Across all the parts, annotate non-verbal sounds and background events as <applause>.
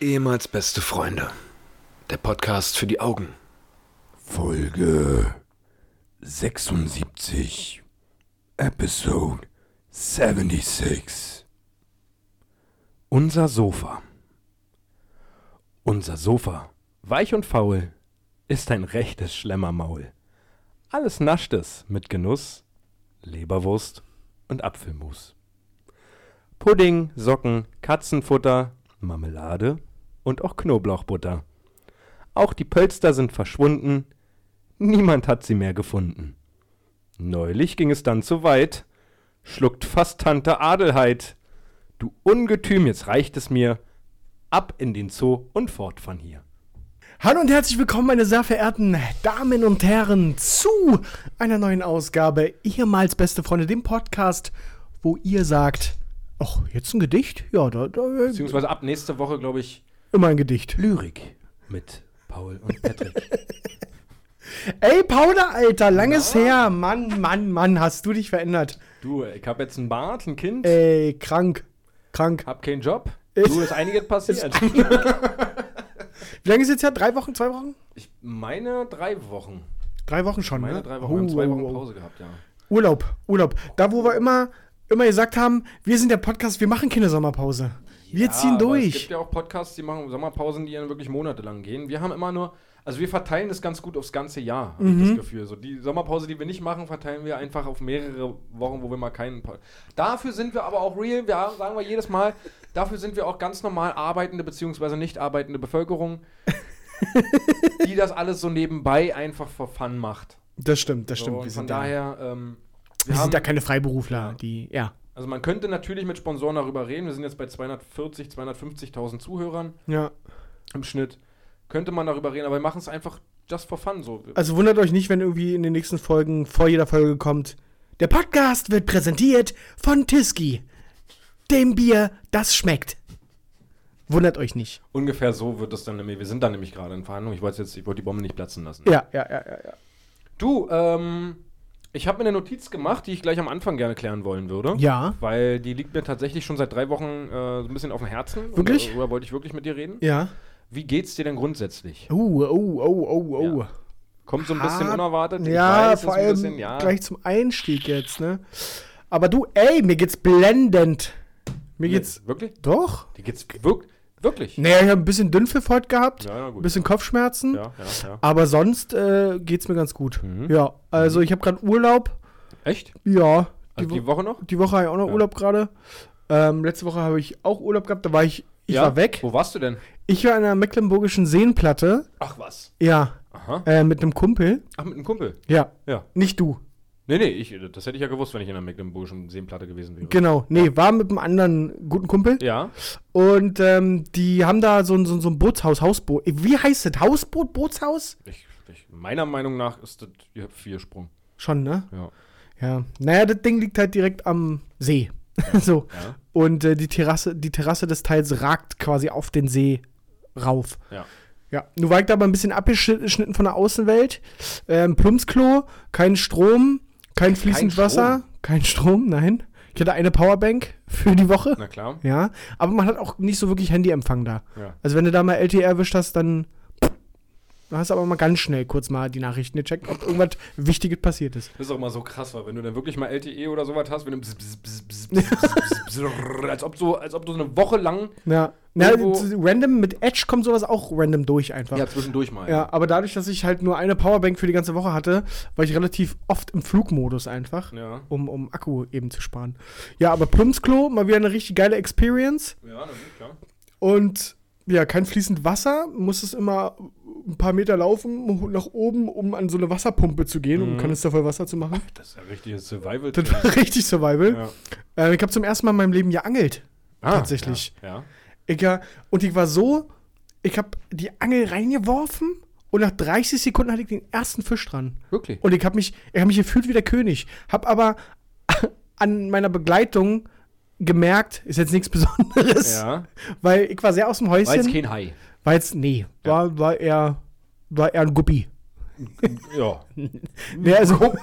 Ehemals beste Freunde. Der Podcast für die Augen. Folge 76, Episode 76. Unser Sofa. Unser Sofa, weich und faul, ist ein rechtes Schlemmermaul. Alles nascht es mit Genuss, Leberwurst und Apfelmus. Pudding, Socken, Katzenfutter, Marmelade und auch Knoblauchbutter. Auch die Pölster sind verschwunden, niemand hat sie mehr gefunden. Neulich ging es dann zu weit, schluckt fast Tante Adelheid. Du Ungetüm, jetzt reicht es mir, ab in den Zoo und fort von hier. Hallo und herzlich willkommen, meine sehr verehrten Damen und Herren, zu einer neuen Ausgabe ehemals Beste Freunde, dem Podcast, wo ihr sagt, ach, jetzt ein Gedicht? Ja, da, da Beziehungsweise ab nächste Woche, glaube ich, immer ein Gedicht. Lyrik mit Paul <laughs> und Patrick. Ey, Paula, Alter, langes her. Mann, Mann, Mann, hast du dich verändert. du, ich habe jetzt einen Bart, ein Kind, Ey, krank, krank. hab keinen Job. Du, Äh, <laughs> ist einiges passiert. Wie lange ist jetzt her? Drei Wochen, zwei Wochen? Ich meine drei Wochen. Drei Wochen schon, Meine ne? drei Wochen. Wir haben Oh, zwei oh, Wochen oh. Pause gehabt, ja. Urlaub, Urlaub. Da, wo wir immer, immer gesagt haben, wir sind der Podcast, wir machen keine Sommerpause. Wir Ja, ziehen aber durch. Es gibt ja auch Podcasts, die machen Sommerpausen, die dann wirklich monatelang gehen. Wir haben immer nur, also wir verteilen das ganz gut aufs ganze Jahr, hab Mhm. ich das Gefühl. So die Sommerpause, die wir nicht machen, verteilen wir einfach auf mehrere Wochen, wo wir mal keinen Pod Dafür sind wir aber auch real, wir haben, sagen wir jedes Mal, dafür sind wir auch ganz normal arbeitende bzw. nicht arbeitende <laughs> Bevölkerung, die das alles so nebenbei einfach for fun macht. Das stimmt, das So, stimmt. und wir von sind, da, daher, ähm, wir wir haben, sind da keine Freiberufler, die, ja. also man könnte natürlich mit Sponsoren darüber reden. Wir sind jetzt bei 240, 250.000 Zuhörern ja. im Schnitt. Könnte man darüber reden, aber wir machen es einfach just for fun. So. Also wundert euch nicht, wenn irgendwie in den nächsten Folgen vor jeder Folge kommt, der Podcast wird präsentiert von Tiski, dem Bier, das schmeckt. Wundert euch nicht. Ungefähr so wird es dann nämlich. Wir sind da nämlich gerade in Verhandlung. Ich wollte jetzt, ich wollte die Bombe nicht platzen lassen. Ja, ja, ja, ja. ja. Du, ähm, ich habe mir eine Notiz gemacht, die ich gleich am Anfang gerne klären wollen würde. Ja. Weil die liegt mir tatsächlich schon seit drei Wochen äh, so ein bisschen auf dem Herzen. Wirklich? Und darüber wollte ich wirklich mit dir reden. Ja. Wie geht's dir denn grundsätzlich? Oh, oh, oh, oh, oh. Ja. Kommt so ein bisschen Hart. unerwartet. ich Ja, weiß, vor ist ein allem bisschen- ja. gleich zum Einstieg jetzt, ne? Aber du, ey, mir geht's blendend. Mir geht's. Ne. Wirklich? Doch? Dir geht's wirk wirklich? Naja, ich habe ein bisschen Dünnpfiff heute gehabt. Ja, ja, gut. Ein bisschen Kopfschmerzen. Ja, ja, ja. Aber sonst äh, geht's mir ganz gut. Mhm. Ja, also ich habe gerade Urlaub. Echt? Ja, die, Also die Wo Woche noch? die Woche habe ich auch noch Urlaub gerade. Ähm, letzte Woche habe ich auch Urlaub gehabt, da war ich, ich war weg. Wo warst du denn? Ich war in einer mecklenburgischen Seenplatte. Ach was. Ja, Aha. äh, mit einem Kumpel. Ach, mit einem Kumpel. Ja, Ja. nicht du. Nee, nee, ich, das hätte ich ja gewusst, wenn ich in der Mecklenburgischen Seenplatte gewesen wäre. Genau, nee, war mit einem anderen guten Kumpel. ja. Und ähm, die haben da so, ein- so, ein- so ein Bootshaus, Hausboot. Wie heißt das? Hausboot, Bootshaus? Ich, ich, meiner Meinung nach ist das ihr Viersprung. Schon, ne? Ja. Ja, naja, das Ding liegt halt direkt am See. <laughs> so. Ja. Und äh, die, Terrasse, die Terrasse des Teils ragt quasi auf den See rauf. Ja. Ja, nun war ich da aber ein bisschen abgeschnitten von der Außenwelt. Ähm, Plumpsklo, kein Strom, kein fließend Strom? Wasser, kein Strom, nein. Ich hatte eine Powerbank <laughs> für die Woche. Na klar. Ja, aber man hat auch nicht so wirklich Handyempfang da. Ja. Also wenn du da mal LTE erwischt hast, dann dann hast du aber mal ganz schnell kurz mal die Nachrichten gecheckt, ob irgendwas Wichtiges passiert ist. Das ist auch immer so krass, weil wenn du dann wirklich mal LTE oder sowas hast, wenn du bzz, bzz, bzz, <laughs> bzz, bzz, bzz, bzz, als ob so, als ob du so eine Woche lang Ja. Na, Irgendwo- z- random mit Edge kommt sowas auch random durch einfach. ja Ja. zwischendurch mal. aber dadurch, dass ich halt nur eine Powerbank für die ganze Woche hatte, war ich relativ oft im Flugmodus einfach, Ja. um, um Akku eben zu sparen. Ja, aber Plumpsklo, mal wieder eine richtig geile Experience. Ja, na gut, klar. Und ja, kein fließend Wasser, muss es immer ein paar Meter laufen nach oben, um an so eine Wasserpumpe zu gehen, Mhm. um Kanister voll Wasser zu machen. Das ist ja richtiges survival Das <laughs> war richtig Survival. Ja. Äh, ich habe zum ersten Mal in meinem Leben geangelt. Ah, tatsächlich. Ja. ja. Ich, ja, und ich war so, ich habe die Angel reingeworfen und nach 30 Sekunden hatte ich den ersten Fisch dran. Wirklich. Und ich habe mich, ich hab mich gefühlt wie der König. Habe aber <laughs> an meiner Begleitung gemerkt, ist jetzt nichts <laughs> Besonderes, ja. weil ich war sehr aus dem War jetzt Häuschen. kein Hai. War jetzt, nee, war, war eher, war eher ein Guppi. Ja. Nee, also, <laughs>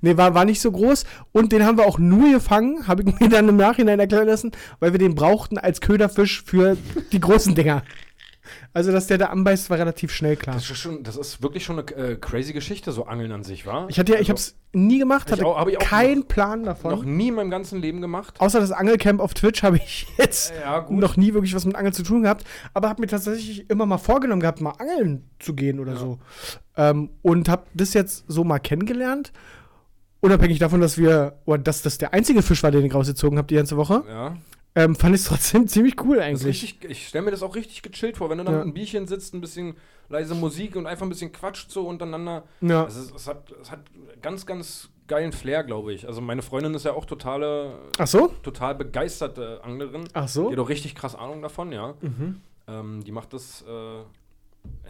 Nee, war, war nicht so groß. Und den haben wir auch nur gefangen, habe ich mir dann im Nachhinein erklären lassen, weil wir den brauchten als Köderfisch für die großen Dinger. Also, dass der da anbeißt, war relativ schnell klar. Das ist, schon, das ist wirklich schon eine äh, crazy Geschichte, so Angeln an sich, war? Ich hatte ja, ich habe es nie gemacht, Ich hatte auch- Also hab ich auch keinen Plan noch davon. nie in meinem ganzen Leben gemacht. Außer das Angelcamp auf Twitch habe ich <laughs> jetzt Ja, gut. noch nie wirklich was mit Angeln zu tun gehabt, aber habe mir tatsächlich immer mal vorgenommen gehabt, mal angeln zu gehen oder so. Ähm, und habe das jetzt so mal kennengelernt. Unabhängig davon, dass wir, oder dass das der einzige Fisch war, den ich rausgezogen habe die ganze Woche, Ja. ähm, fand ich es trotzdem <laughs> ziemlich cool Das ist eigentlich. richtig, ich stelle mir das auch richtig gechillt vor, wenn du dann Ja. mit ein Bierchen sitzt, ein bisschen leise Musik und einfach ein bisschen quatscht so untereinander. Ja. Es, ist, es, hat, es hat ganz, ganz geilen Flair, glaube ich. Also meine Freundin ist ja auch totale, Ach so? total begeisterte Anglerin. Ach Die so? Mhm. hat auch richtig krass Ahnung davon, ja. Ähm, die macht das äh,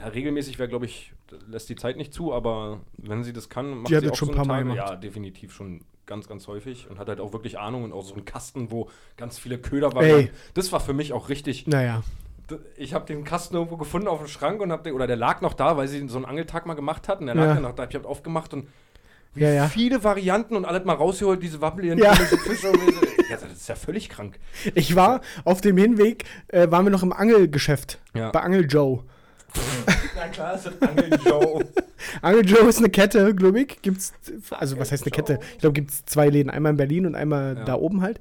ja, regelmäßig, wäre, glaube ich, d- lässt die Zeit nicht zu, aber wenn sie das kann, macht Die hat sie das auch schon so ein paar Mal Teil- gemacht. Ja, definitiv schon ganz, ganz häufig und hat halt auch wirklich Ahnung und auch so einen Kasten, wo ganz viele Köder waren. Ey. Das war für mich auch richtig. Naja. D- Ich habe den Kasten irgendwo gefunden auf dem Schrank und hab den, oder der lag noch da, weil sie so einen Angeltag mal gemacht hatten. Der lag Ja. dann noch da. Ich habe aufgemacht und wie Ja, ja. viele Varianten und alles mal rausgeholt, diese wabbeligen Ja. diese Fische. und diese- <laughs> ja, das ist ja völlig krank. Ich war auf dem Hinweg, äh, waren wir noch im Angelgeschäft. Ja. Bei Angel Joe. Na klar, es ist Angel-Show. Angel Joe ist eine Kette, glaube ich. Gibt's, also was heißt eine Kette? Ich glaube, gibt es zwei Läden. Einmal in Berlin und einmal Ja. da oben halt.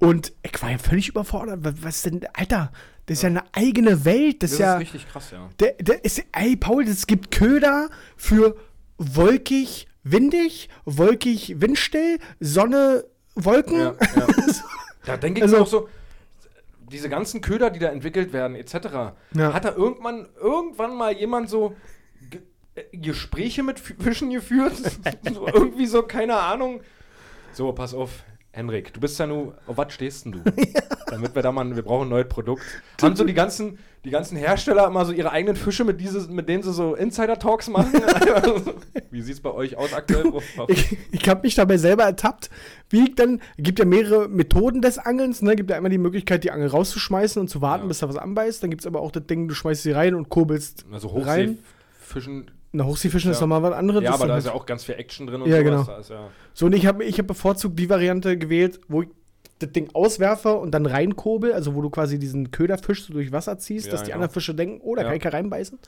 Und ich war ja völlig überfordert. Was, was denn, Alter, das ist ja eine eigene Welt. <laughs> Das, Das ist ja. ist richtig krass, ja. Der, der ist, ey, Paul, es gibt Köder für wolkig, windig, wolkig, windstill, Sonne, Wolken. Ja, <laughs> ja. Da denke ich Also- mir auch so, diese ganzen Köder, die da entwickelt werden, etc., Ja. hat da irgendwann, irgendwann mal jemand so ge- äh, Gespräche mit Fü- Fischen geführt? <laughs> so, irgendwie so, keine Ahnung. So, pass auf. Henrik, du bist ja nur, auf was stehst <laughs> denn du? Damit wir da mal, wir brauchen ein neues Produkt. Haben so die ganzen, die ganzen Hersteller immer so ihre eigenen Fische, mit, dieses, mit denen sie so Insider-Talks <laughs> machen? <laughs> Wie sieht's bei euch aus aktuell? Ich, ich habe mich dabei selber ertappt, wie ich dann, gibt ja mehrere Methoden des Angelns, ne? Gibt ja einmal die Möglichkeit, die Angel rauszuschmeißen und zu warten, Ja. bis da was anbeißt. Dann gibt es aber auch das Ding, du schmeißt sie rein und kurbelst Also rein. Hochseefischen Na, Hochseefischen ist Ja. nochmal was anderes. Ja, Das aber da dann ist ja halt- auch ganz viel Action drin und Ja, sowas. genau. Da ist ja, So, und ich habe ich hab bevorzugt die Variante gewählt, wo ich das Ding auswerfe und dann reinkurbel, also wo du quasi diesen Köderfisch so durch Wasser ziehst, Ja, dass die genau. anderen Fische denken, oh, da Ja. kann ich ja reinbeißen.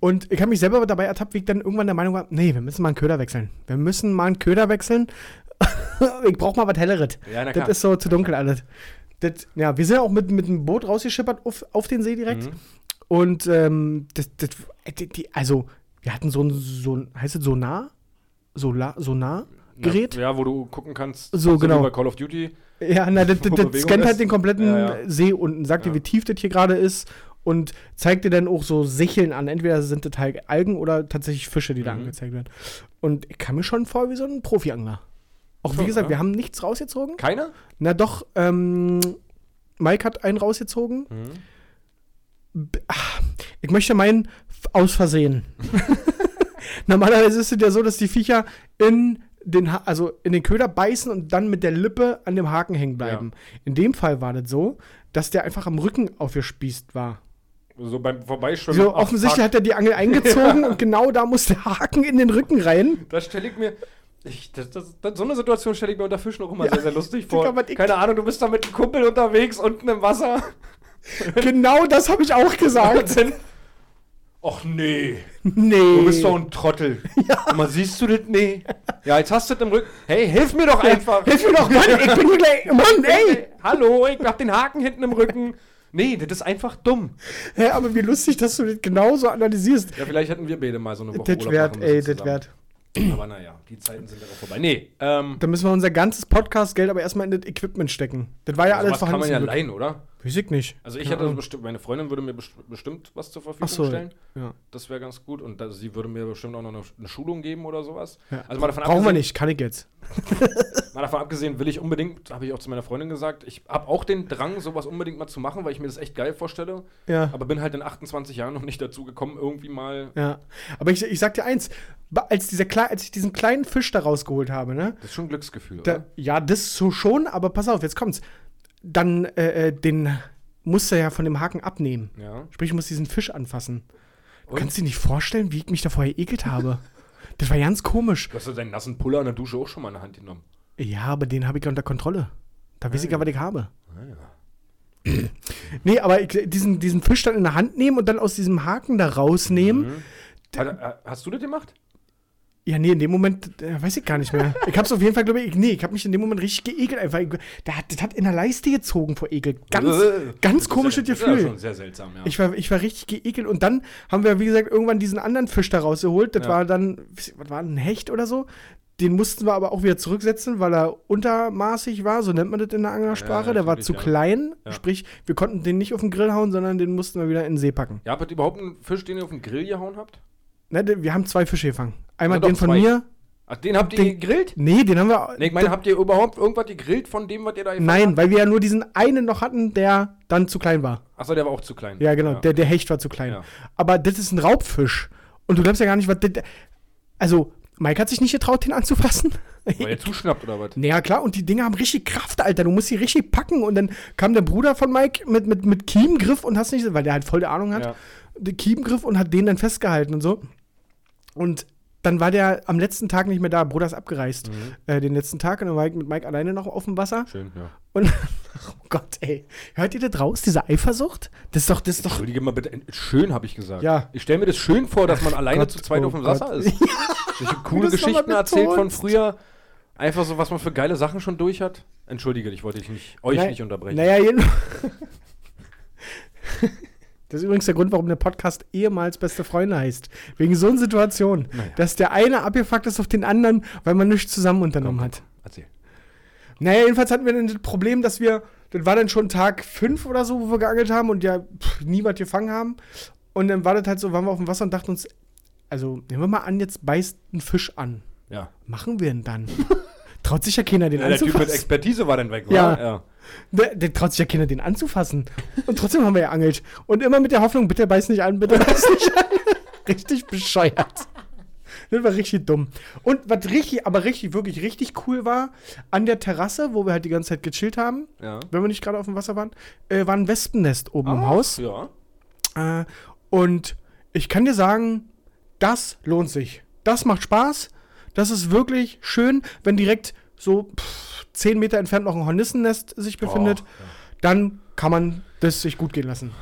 Und ich habe mich selber dabei ertappt, wie ich dann irgendwann der Meinung war, nee, wir müssen mal einen Köder wechseln. Wir müssen mal einen Köder wechseln. <laughs> ich brauche mal was Helleres. Ja, na Das klar. ist so zu dunkel alles. Das, ja, wir sind ja auch mit, mit dem Boot rausgeschippert auf, auf den See direkt. Mhm. Und ähm, das, das, die, die, also, wir hatten so ein, so ein heißt es Sonar? Solar, Sonar? Gerät? Ja, wo du gucken kannst. So, wie genau. bei Call of Duty. Ja, na, das, das, Wo das Bewegung scannt halt ist. den kompletten Ja, ja. See unten, sagt dir, Ja. wie tief das hier gerade ist und zeigt dir dann auch so Sicheln an. Entweder sind das halt Algen oder tatsächlich Fische, die da Mhm. angezeigt werden. Und ich kam mir schon vor wie so ein Profiangler. Auch wie Schon, gesagt, ja. wir haben nichts rausgezogen. Keiner? Na doch, ähm, Mike hat einen rausgezogen. B- ah, Ich möchte meinen f- aus <laughs> Versehen. Normalerweise ist es ja so, dass die Viecher in den, ha also in den Köder beißen und dann mit der Lippe an dem Haken hängen bleiben. In dem Fall war das so, dass der einfach am Rücken aufgespießt war. So beim Vorbeischwimmen. So, Ach, offensichtlich fuck. hat er <laughs> die Angel eingezogen und genau da muss der Haken in den Rücken rein. Da stelle ich mir. Ich, das, das, das, so eine Situation stelle ich mir unter Fischen auch immer sehr, sehr <laughs> lustig vor. Digga, was ich- Keine Ahnung, du bist da mit einem Kumpel unterwegs, unten im Wasser. Genau das habe ich auch gesagt. Und dann- Och nee, Nee. du bist doch ein <laughs> Trottel. Ja. Mal siehst du das? Nee. Ja, jetzt hast du das im Rücken. Hey, hilf mir doch einfach. Hilf mir doch, Mann, ich bin hier gleich. Mann, ey! Hallo, ich hab den Haken hinten im Rücken. Nee, das ist einfach dumm. Hä, aber wie lustig, dass du das genauso analysierst. Ja, vielleicht hätten wir beide mal so eine Woche Das Urlaub Oh, wert, machen ey, müssen das wert. zusammen. Aber naja, die Zeiten sind ja auch vorbei. Nee, ähm, Da müssen wir unser ganzes Podcast-Geld aber erstmal in das Equipment stecken. Das war ja sowas alles Also kann vorhanden. man ja zum Glück. leihen, oder? Weiß ich nicht. Also ich Keine hätte Ahnung. bestimmt, meine Freundin würde mir best- bestimmt was zur Verfügung Ach so, stellen. ja. Das wäre ganz gut. Und da- sie würde mir bestimmt auch noch eine, eine Schulung geben oder sowas. Ja. Also mal davon, Brauchen wir abgesehen, nicht, kann ich jetzt. mal davon abgesehen, will ich unbedingt, habe ich auch zu meiner Freundin gesagt, ich habe auch den Drang, sowas unbedingt mal zu machen, weil ich mir das echt geil vorstelle. Ja. Aber bin halt in 28 Jahren noch nicht dazu gekommen, irgendwie mal. Ja. Aber ich, ich sag dir eins, ba- als, dieser, Kle- als ich diesen kleinen Fisch da rausgeholt habe, ne? Das ist schon ein Glücksgefühl, Da, oder? ja, das so schon, aber pass auf, jetzt kommt's. Dann, äh, äh, den musst du ja von dem Haken abnehmen. Ja. Sprich, ich muss diesen Fisch anfassen. Du Und? kannst dir nicht vorstellen, wie ich mich da vorher ekelt habe. Das war ganz komisch. Du hast ja deinen nassen Puller in der Dusche auch schon mal in der Hand genommen. Ja, aber den habe ich ja unter Kontrolle. Da weiß ich ja, was ich habe. <clears throat> nee, aber ich, diesen, diesen Fisch dann in der Hand nehmen und dann aus diesem Haken da rausnehmen. Hat, äh, hast du das gemacht? Ja, nee, in dem Moment äh, weiß ich gar nicht <laughs> mehr. ich hab's auf jeden Fall, glaube ich, nee, ich habe mich in dem Moment richtig geekelt. Einfach, Ich- da hat, das hat in der Leiste gezogen vor Ekel. <laughs> Ganz, Äh, das ganz ist ja- komisches das Ist ja Gefühl. schon sehr seltsam, ja. Ich war, ich war richtig geekelt. Und dann haben wir, wie gesagt, irgendwann diesen anderen Fisch da rausgeholt. Das Ja. war dann, was war ein Hecht oder so. Den mussten wir aber auch wieder zurücksetzen, weil er untermaßig war, so nennt man das in der Anglersprache. Ja, der war natürlich, zu ja. klein, Ja. sprich, wir konnten den nicht auf den Grill hauen, sondern den mussten wir wieder in den See packen. ja, habt ihr überhaupt einen Fisch, den ihr auf den Grill gehauen habt? Ne, de- wir haben zwei Fische gefangen. Einmal Ja, doch, den von zwei. mir. Ach, den habt ihr Den- gegrillt? Nee, den haben wir. Nee, ich meine, habt ihr überhaupt irgendwas gegrillt von dem, was ihr da gefangen Nein, habt? weil wir ja nur diesen einen noch hatten, der dann zu klein war. Achso, der war auch zu klein. Ja, genau, Der, der Hecht war zu klein. Ja. Aber das ist ein Raubfisch. Und du glaubst ja gar nicht, was das. Also, Mike hat sich nicht getraut, <laughs> den anzufassen. Weil ihr zuschnappt oder was? Naja, klar, und die Dinger haben richtig Kraft, Alter. Du musst sie richtig packen. Und dann kam der Bruder von Mike mit, mit, mit Kiemgriff und hast nicht, weil der halt voll der Ahnung hat, Ja. den Kiemgriff und hat den dann festgehalten und so. Und dann war der am letzten Tag nicht mehr da. Bruder ist abgereist. Äh, den letzten Tag. Und dann war ich mit Mike alleine noch auf dem Wasser. Mhm. Schön, ja. Und <laughs> oh Gott, ey. Hört ihr das raus, diese Eifersucht? Das ist doch, das ist doch. Entschuldige mal bitte, ent- schön habe ich gesagt. Ja. Ich stelle mir das schön vor, dass man alleine Gott, zu zweit oh auf dem Gott. Wasser <laughs> ist. Solche coole das noch mal Geschichten erzählt von betonst. früher. Einfach so, was man für geile Sachen schon durch hat. Entschuldige, ich wollte dich nicht, euch Na- nicht unterbrechen. Naja, jeden <laughs> Das ist übrigens der Grund, warum der Podcast ehemals beste Freunde heißt. Wegen so einer Situation, Naja. dass der eine abgefuckt ist auf den anderen, weil man nichts zusammen unternommen hat. Erzähl. Naja, jedenfalls hatten wir dann das Problem, dass wir, das war dann schon Tag 5 oder so, wo wir geangelt haben und ja pff, nie was gefangen haben. Und dann war das halt so, waren wir auf dem Wasser und dachten uns, also nehmen wir mal an, jetzt beißt ein Fisch an. Ja. machen wir denn dann? <laughs> traut sich ja keiner, den ja. Der Typ mit anzufassen. Expertise war dann weg, oder? Ja. ja. Der, Ne, der traut sich ja keiner, den anzufassen. Und trotzdem haben wir ja angelt. Und immer mit der Hoffnung, bitte beiß nicht an, bitte beiß nicht an. <laughs> richtig bescheuert. Das war richtig dumm. Und was richtig, aber richtig, wirklich richtig cool war, an der Terrasse, wo wir halt die ganze Zeit gechillt haben, Ja. wenn wir nicht gerade auf dem Wasser waren, äh, war ein Wespennest oben im Ah, Haus. Ja. Äh, und ich kann dir sagen, das lohnt sich. Das macht Spaß. Das ist wirklich schön, wenn direkt so pff, 10 Meter entfernt noch ein Hornissennest sich befindet. Och, Dann kann man das sich gut gehen lassen.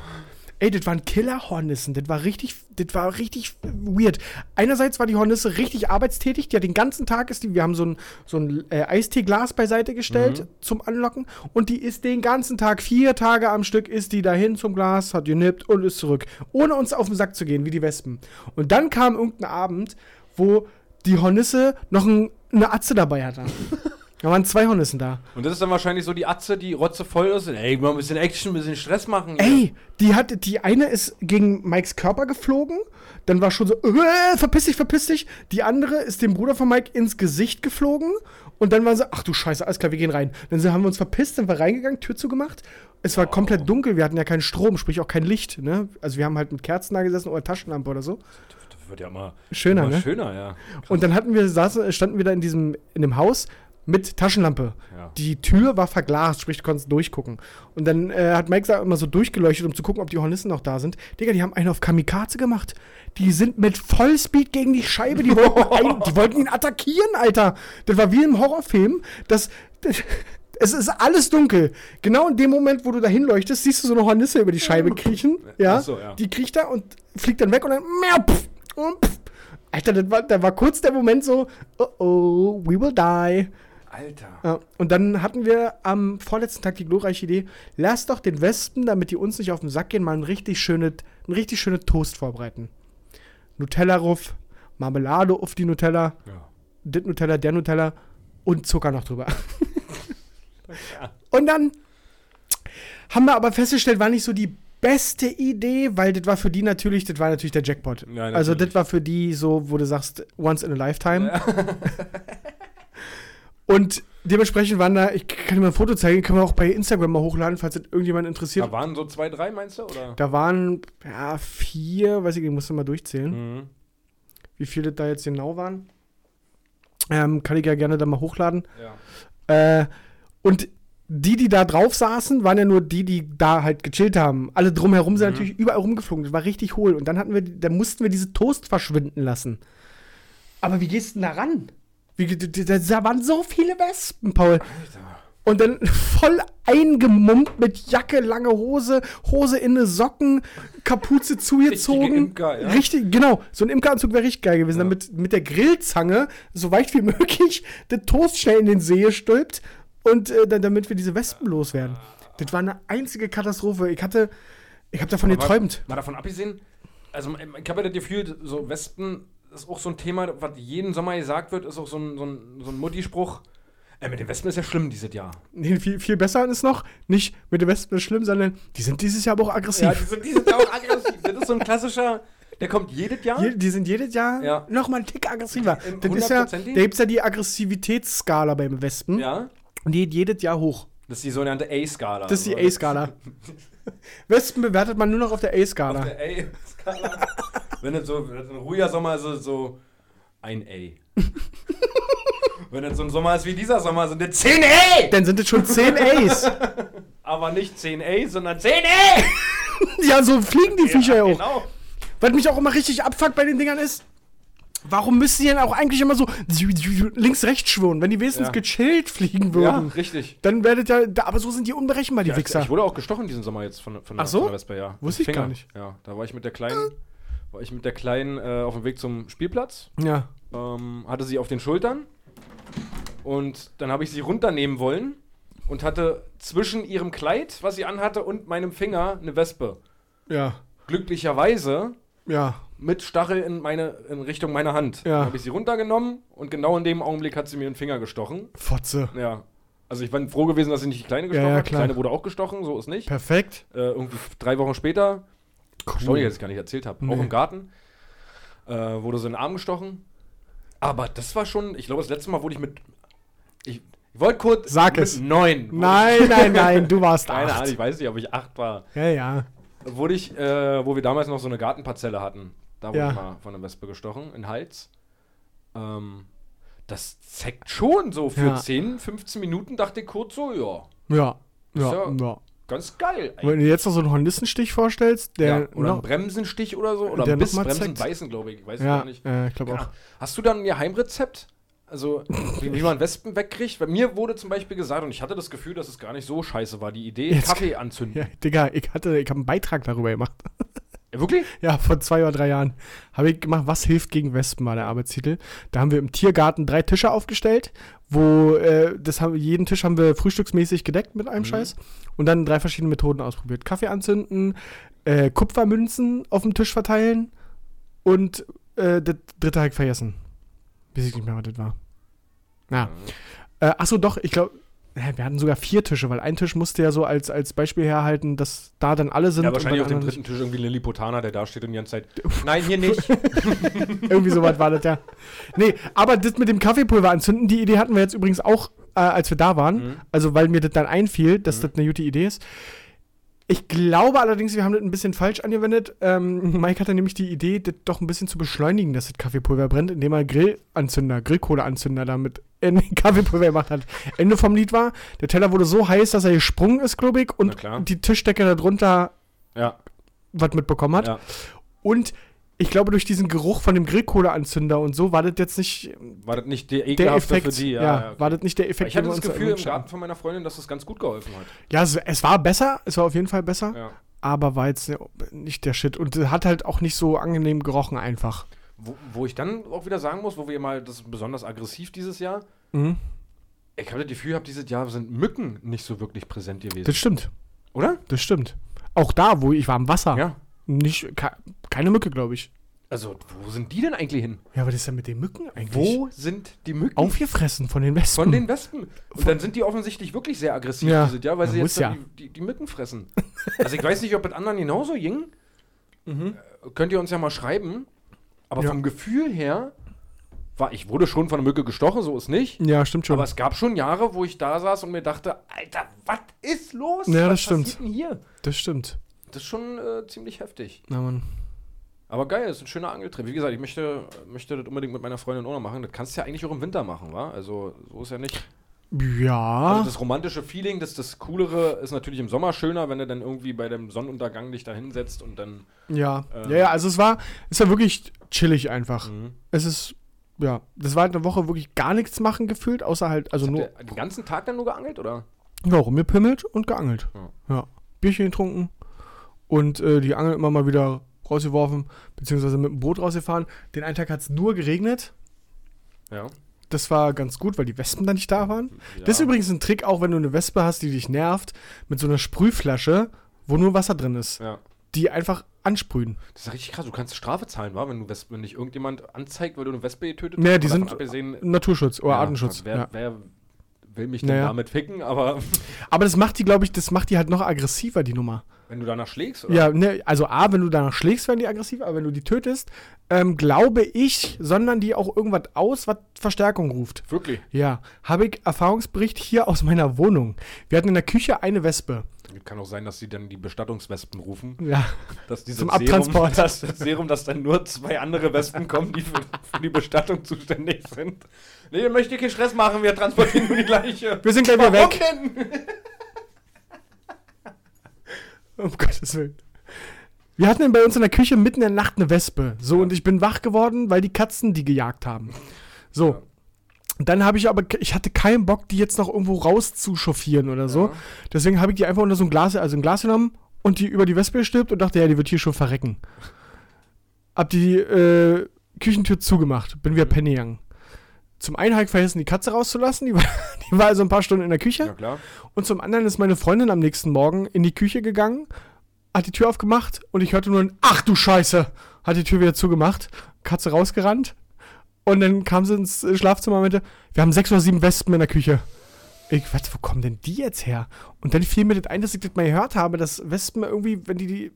Ey, das waren Killer-Hornissen. Das war richtig, das war richtig weird. Einerseits war die Hornisse richtig arbeitstätig. Die hat den ganzen Tag ist die, wir haben so ein, so ein äh, Eisteeglas beiseite gestellt zum Anlocken. Und die ist den ganzen Tag, vier Tage am Stück, ist die dahin zum Glas, hat genippt und ist zurück. Ohne uns auf den Sack zu gehen, wie die Wespen. Und dann kam irgendein Abend, wo die Hornisse noch ein, eine Atze dabei hatte. da waren zwei Hornissen da. Und das ist dann wahrscheinlich so die Atze, die rotze voll ist. Ey, mal ein bisschen Action, ein bisschen Stress machen. hier. Ey, die hat, die eine ist gegen Mikes Körper geflogen, dann war schon so, äh, verpiss dich, verpiss dich. Die andere ist dem Bruder von Mike ins Gesicht geflogen und dann waren sie, ach du Scheiße, alles klar, wir gehen rein. Dann sind- haben wir uns verpisst, sind wir reingegangen, Tür zugemacht. Es war komplett dunkel, wir hatten ja keinen Strom, sprich auch kein Licht, ne? Also wir haben halt mit Kerzen da gesessen oder Taschenlampe oder so. Das wird ja immer Schöner, immer ne? schöner, ja. Und dann hatten wir, saßen, standen wir da in diesem, in dem Haus mit Taschenlampe. Ja. Die Tür war verglast, sprich, du konntest durchgucken. Und dann äh, hat Mike sa- immer so durchgeleuchtet, um zu gucken, ob die Hornissen noch da sind. Digga, die haben einen auf Kamikaze gemacht. Die sind mit Vollspeed gegen die Scheibe. Die <laughs> wollten, ein, die wollten ihn attackieren, Alter. Das war wie im Horrorfilm. Das, das, es ist alles dunkel. Genau in dem Moment, wo du dahin leuchtest, siehst du so eine Hornisse über die Scheibe kriechen. Ja, Ach so, ja. Die kriegt da und fliegt dann weg und dann. Miau, pf, und pf. Alter, das war, da war kurz der Moment so, oh oh, we will die. Alter. Ja, und dann hatten wir am vorletzten Tag die glorreiche Idee, lass doch den Wespen, damit die uns nicht auf den Sack gehen, mal ein richtig schönes, ein richtig schönes Toast vorbereiten. Nutella ruf, Marmelade auf die Nutella, Ja. dit Nutella, der Nutella und Zucker noch drüber. und dann haben wir aber festgestellt, war nicht so die beste Idee, weil das war für die natürlich, das war natürlich der Jackpot. Ja, natürlich. also das war für die so, wo du sagst, once in a lifetime. und dementsprechend waren da, ich kann dir mal ein Foto zeigen, können wir auch bei Instagram mal hochladen, falls das irgendjemand interessiert. Da waren so zwei, drei, meinst du? Oder? Da waren ja, vier, weiß ich, nicht, ich musste mal durchzählen, Mhm. wie viele da jetzt genau waren. Ähm, kann ich ja gerne da mal hochladen. Ja. Äh, und die, die da drauf saßen, waren ja nur die, die da halt gechillt haben. Alle drumherum sind natürlich überall rumgeflogen. Das war richtig hohl. Und dann hatten wir, da mussten wir diese Toast verschwinden lassen. Aber wie gehst du denn da ran? Wie, d- d- d- da waren so viele Wespen, Paul. Und dann <laughs> voll eingemummt mit Jacke, lange Hose, Hose in ne Socken, <laughs> Kapuze zugezogen. Imker, ja? Richtig, genau. So ein Imkeranzug wäre richtig geil gewesen. Damit mit der Grillzange, so weit wie <laughs> möglich, den Toast schnell in den See stülpt und äh, dann, damit wir diese Wespen loswerden. Das war eine einzige Katastrophe. Ich hatte, ich habe davon geträumt. Mal, mal davon abgesehen, also ich habe ja das Gefühl, so Wespen ist auch so ein Thema, was jeden Sommer gesagt wird, ist auch so ein, so ein, so ein Mutti-Spruch. Äh, mit den Wespen ist ja schlimm dieses Jahr. Nee, viel, viel besser ist noch, nicht mit den Wespen ist schlimm, sondern die sind dieses Jahr aber auch aggressiv. sind, die sind auch aggressiv. Das ist so ein klassischer, der kommt jedes Jahr. Je, die sind jedes Jahr Ja. noch mal einen Tick aggressiver. Ähm, Das ist ja, da 100%? gibt es ja die Aggressivitätsskala beim Wespen. ja, Und die geht jedes Jahr hoch. das ist die sogenannte A-Skala. Das ist die Also, A-Skala. Wespen bewertet man nur noch auf der A-Skala. Auf <laughs> der A-Skala. Wenn es so wenn es ein ruhiger Sommer ist, ist es so ein <laughs> A. Wenn es so ein Sommer ist wie dieser Sommer, sind es 10 A! Dann sind es schon <laughs> 10 A's. Aber nicht 10 A, sondern 10 A! ja, so fliegen die Viecher ja Ja, auch. Genau. Was mich auch immer richtig abfuckt bei den Dingern ist, warum müssen die denn auch eigentlich immer so links, rechts schwirren? Wenn die wenigstens Ja. gechillt fliegen Ja, würden, richtig. dann werdet ja. da- Aber so sind die unberechenbar, die Wichser. Ich wurde auch gestochen diesen Sommer jetzt von, von, der, Ach so? von der Wespe, ja. Wusste ich Finger. gar nicht. Ja, da war ich mit der Kleinen, war ich mit der Kleinen äh, auf dem Weg zum Spielplatz, ja. ähm, hatte sie auf den Schultern und dann habe ich sie runternehmen wollen und hatte zwischen ihrem Kleid, was sie anhatte, und meinem Finger eine Wespe. Ja. Glücklicherweise Ja. mit Stachel in, meine, in Richtung meiner Hand. Ja. Dann habe ich sie runtergenommen und genau in dem Augenblick hat sie mir den Finger gestochen. Fotze. Ja. Also ich bin froh gewesen, dass sie nicht die Kleine gestochen ja, hat. Die klar. Kleine wurde auch gestochen, so ist nicht. Perfekt. Äh, irgendwie drei Wochen später, Story, die ich jetzt gar nicht erzählt habe, auch Nee. im Garten, äh, wurde so in den Arm gestochen. Aber das war schon, ich glaube, das letzte Mal wurde ich mit. Ich, ich wollte kurz. Sag mit es. Neun. wurde Nein, ich- nein, nein, du <laughs> warst Keine Ahnung, acht. ich weiß nicht, ob ich acht war. Ja, ja. Wurde ich, äh, wo wir damals noch so eine Gartenparzelle hatten, da wurde Ja. ich mal von einer Wespe gestochen, in den Hals. Ähm, das zeckt schon so für Ja. 10, 15 Minuten, dachte ich kurz so, ja, Ja. Ja, So. ja. ganz geil. eigentlich. Wenn du dir jetzt noch so einen Hornissenstich vorstellst, der ja, oder ein noch, Bremsenstich oder so, oder der ein Biss, noch mal Bremsen, zeckt. Beißen, glaube ich, ich weiß ja, gar nicht. ja, ich glaube auch. Ja. Hast du dann ein Heimrezept? Also, wie, wie man Wespen wegkriegt? Bei mir wurde zum Beispiel gesagt, und ich hatte das Gefühl, dass es gar nicht so scheiße war, die Idee, Jetzt- Kaffee anzünden. Ja, Digga, ich hatte, ich habe einen Beitrag darüber gemacht. Äh, Wirklich? Ja, vor zwei oder drei Jahren habe ich gemacht, was hilft gegen Wespen, war der Arbeitstitel. Da haben wir im Tiergarten drei Tische aufgestellt, wo äh, das haben, jeden Tisch haben wir frühstücksmäßig gedeckt mit Mhm. einem Scheiß und dann drei verschiedene Methoden ausprobiert. Kaffee anzünden, äh, Kupfermünzen auf dem Tisch verteilen und äh, das dritte habe ich vergessen. Weiß ich nicht mehr, was das war. Ja. Äh, achso, doch, ich glaube, wir hatten sogar vier Tische, weil ein Tisch musste ja so als, als Beispiel herhalten, dass da dann alle sind. Ja, und wahrscheinlich bei auf dem anderen dritten Tisch irgendwie ein Lilliputaner, der da steht und die ganze Zeit, nein, hier <laughs> nicht. Irgendwie sowas war das, ja. Nee, aber das mit dem Kaffeepulver anzünden, die Idee hatten wir jetzt übrigens auch, äh, als wir da waren. Mhm. Also, weil mir das dann einfiel, dass das eine gute Idee ist. Ich glaube allerdings, wir haben das ein bisschen falsch angewendet. Ähm, <laughs> Mike hatte nämlich die Idee, das doch ein bisschen zu beschleunigen, dass das Kaffeepulver brennt, indem er Grillanzünder, Grillkohleanzünder damit in <laughs> Kaffeepulver gemacht hat. Ende vom Lied war, der Teller wurde so heiß, dass er gesprungen ist, glaube ich, und Na klar. die Tischdecke darunter Ja, was mitbekommen hat. ja. Und ich glaube, durch diesen Geruch von dem Grillkohleanzünder und so war das jetzt nicht War das nicht der der ekelhafte Effekt. für die? ja, okay. war das nicht der Effekt, ich hatte den wir das uns Gefühl im gewünscht haben. Garten von meiner Freundin, dass das ganz gut geholfen hat. Ja, es, es war besser, es war auf jeden Fall besser, Ja. aber war jetzt nicht der Shit. Und hat halt auch nicht so angenehm gerochen einfach. Wo, wo ich dann auch wieder sagen muss, wo wir mal, das ist besonders aggressiv dieses Jahr. Mhm. Ich habe das Gefühl, hab dieses Jahr sind Mücken nicht so wirklich präsent gewesen. Das stimmt, Oder? das stimmt. Auch da, wo ich war im Wasser. Ja. Nicht, ke keine Mücke, glaube ich. Also, wo sind die denn eigentlich hin? Ja, was ist denn mit den Mücken eigentlich? Wo sind die Mücken? Aufgefressen von den Wespen. Von den Wespen. Und dann sind die offensichtlich wirklich sehr aggressiv, Ja. diese, ja weil Man sie muss jetzt dann ja. die, die, die Mücken fressen. Also ich weiß nicht, ob mit anderen genauso ging. Äh, Könnt ihr uns ja mal schreiben. Aber Mhm. Ja. vom Gefühl her war, ich wurde schon von einer Mücke gestochen, so ist nicht. ja, stimmt schon. Aber es gab schon Jahre, wo ich da saß und mir dachte, Alter, was ist los? Ja, was das stimmt. passiert denn hier? das stimmt. Das ist schon äh, ziemlich heftig. Na, Mann. Aber geil, ist ein schöner Angeltrip. Wie gesagt, ich möchte, möchte das unbedingt mit meiner Freundin auch noch machen. Das kannst du ja eigentlich auch im Winter machen, wa? Also, so ist ja nicht. Ja. Ah. Also das romantische Feeling, das, das Coolere ist natürlich im Sommer schöner, wenn du dann irgendwie bei dem Sonnenuntergang dich da hinsetzt und dann. Ja, Ähm. Mhm. ja, ja, also es war, es war wirklich chillig einfach. Es ist ja, das war halt eine Woche wirklich gar nichts machen gefühlt, außer halt, also nur Der- Den ganzen Tag dann nur geangelt, oder? ja, rumgepimmelt und geangelt. Ja. Ja. Bierchen getrunken und äh, die Angel immer mal wieder rausgeworfen, beziehungsweise mit dem Boot rausgefahren. Den einen Tag hat es nur geregnet. Ja. Das war ganz gut, weil die Wespen dann nicht da waren. Ja. Das ist übrigens ein Trick, auch wenn du eine Wespe hast, die dich nervt, mit so einer Sprühflasche, wo nur Wasser drin ist, Ja. die einfach ansprühen. Das ist richtig krass. Du kannst Strafe zahlen, war, wenn du Wespen, wenn dich irgendjemand anzeigt, weil du eine Wespe getötet Naja, die Mal davon sind- abgesehen, Naturschutz oder ja, Artenschutz. Wer, ja. wer will mich denn Naja. damit ficken? Aber <laughs> Aber das macht die, glaube ich, das macht die halt noch aggressiver, die Nummer. wenn du danach schlägst, oder? Ja, ne, also A, wenn du danach schlägst, werden die aggressiv, aber wenn du die tötest, ähm, glaube ich, sondern die auch irgendwas aus, was Verstärkung ruft. Wirklich. Ja, habe ich Erfahrungsbericht hier aus meiner Wohnung. Wir hatten in der Küche eine Wespe. Kann auch sein, dass sie dann die Bestattungswespen rufen. Ja, Dass diese Zum Serum, <laughs> Abtransport. Dass, das Serum, dass dann nur zwei andere Wespen kommen, die für, für die Bestattung zuständig sind. Nee, ihr möchtet keinen Stress machen, wir transportieren nur die gleiche. wir sind gleich wieder weg. Denn? <laughs> Um Gottes Willen. Wir hatten bei uns in der Küche mitten in der Nacht eine Wespe. So, und ich bin wach geworden, weil die Katzen die gejagt haben. So. Ja. Dann habe ich aber, ich hatte keinen Bock, die jetzt noch irgendwo rauszuchauffieren oder so. Ja. Deswegen habe ich die einfach unter so ein Glas, also ein Glas genommen und die über die Wespe gestülpt und dachte, ja, die wird hier schon verrecken. Hab die äh, Küchentür zugemacht, bin wieder Mhm. pennen gegangen. Zum einen habe ich vergessen, die Katze rauszulassen, die war, <laughs> die war also ein paar Stunden in der Küche. Ja, klar. Und zum anderen ist meine Freundin am nächsten Morgen in die Küche gegangen, hat die Tür aufgemacht und ich hörte nur ein Ach du Scheiße! Hat die Tür wieder zugemacht, Katze rausgerannt und dann kam sie ins äh, Schlafzimmer und meinte, wir haben sechs oder sieben Wespen in der Küche. Ich, was, wo kommen denn die jetzt her? Und dann fiel mir das ein, dass ich das mal gehört habe, dass Wespen irgendwie, wenn die, die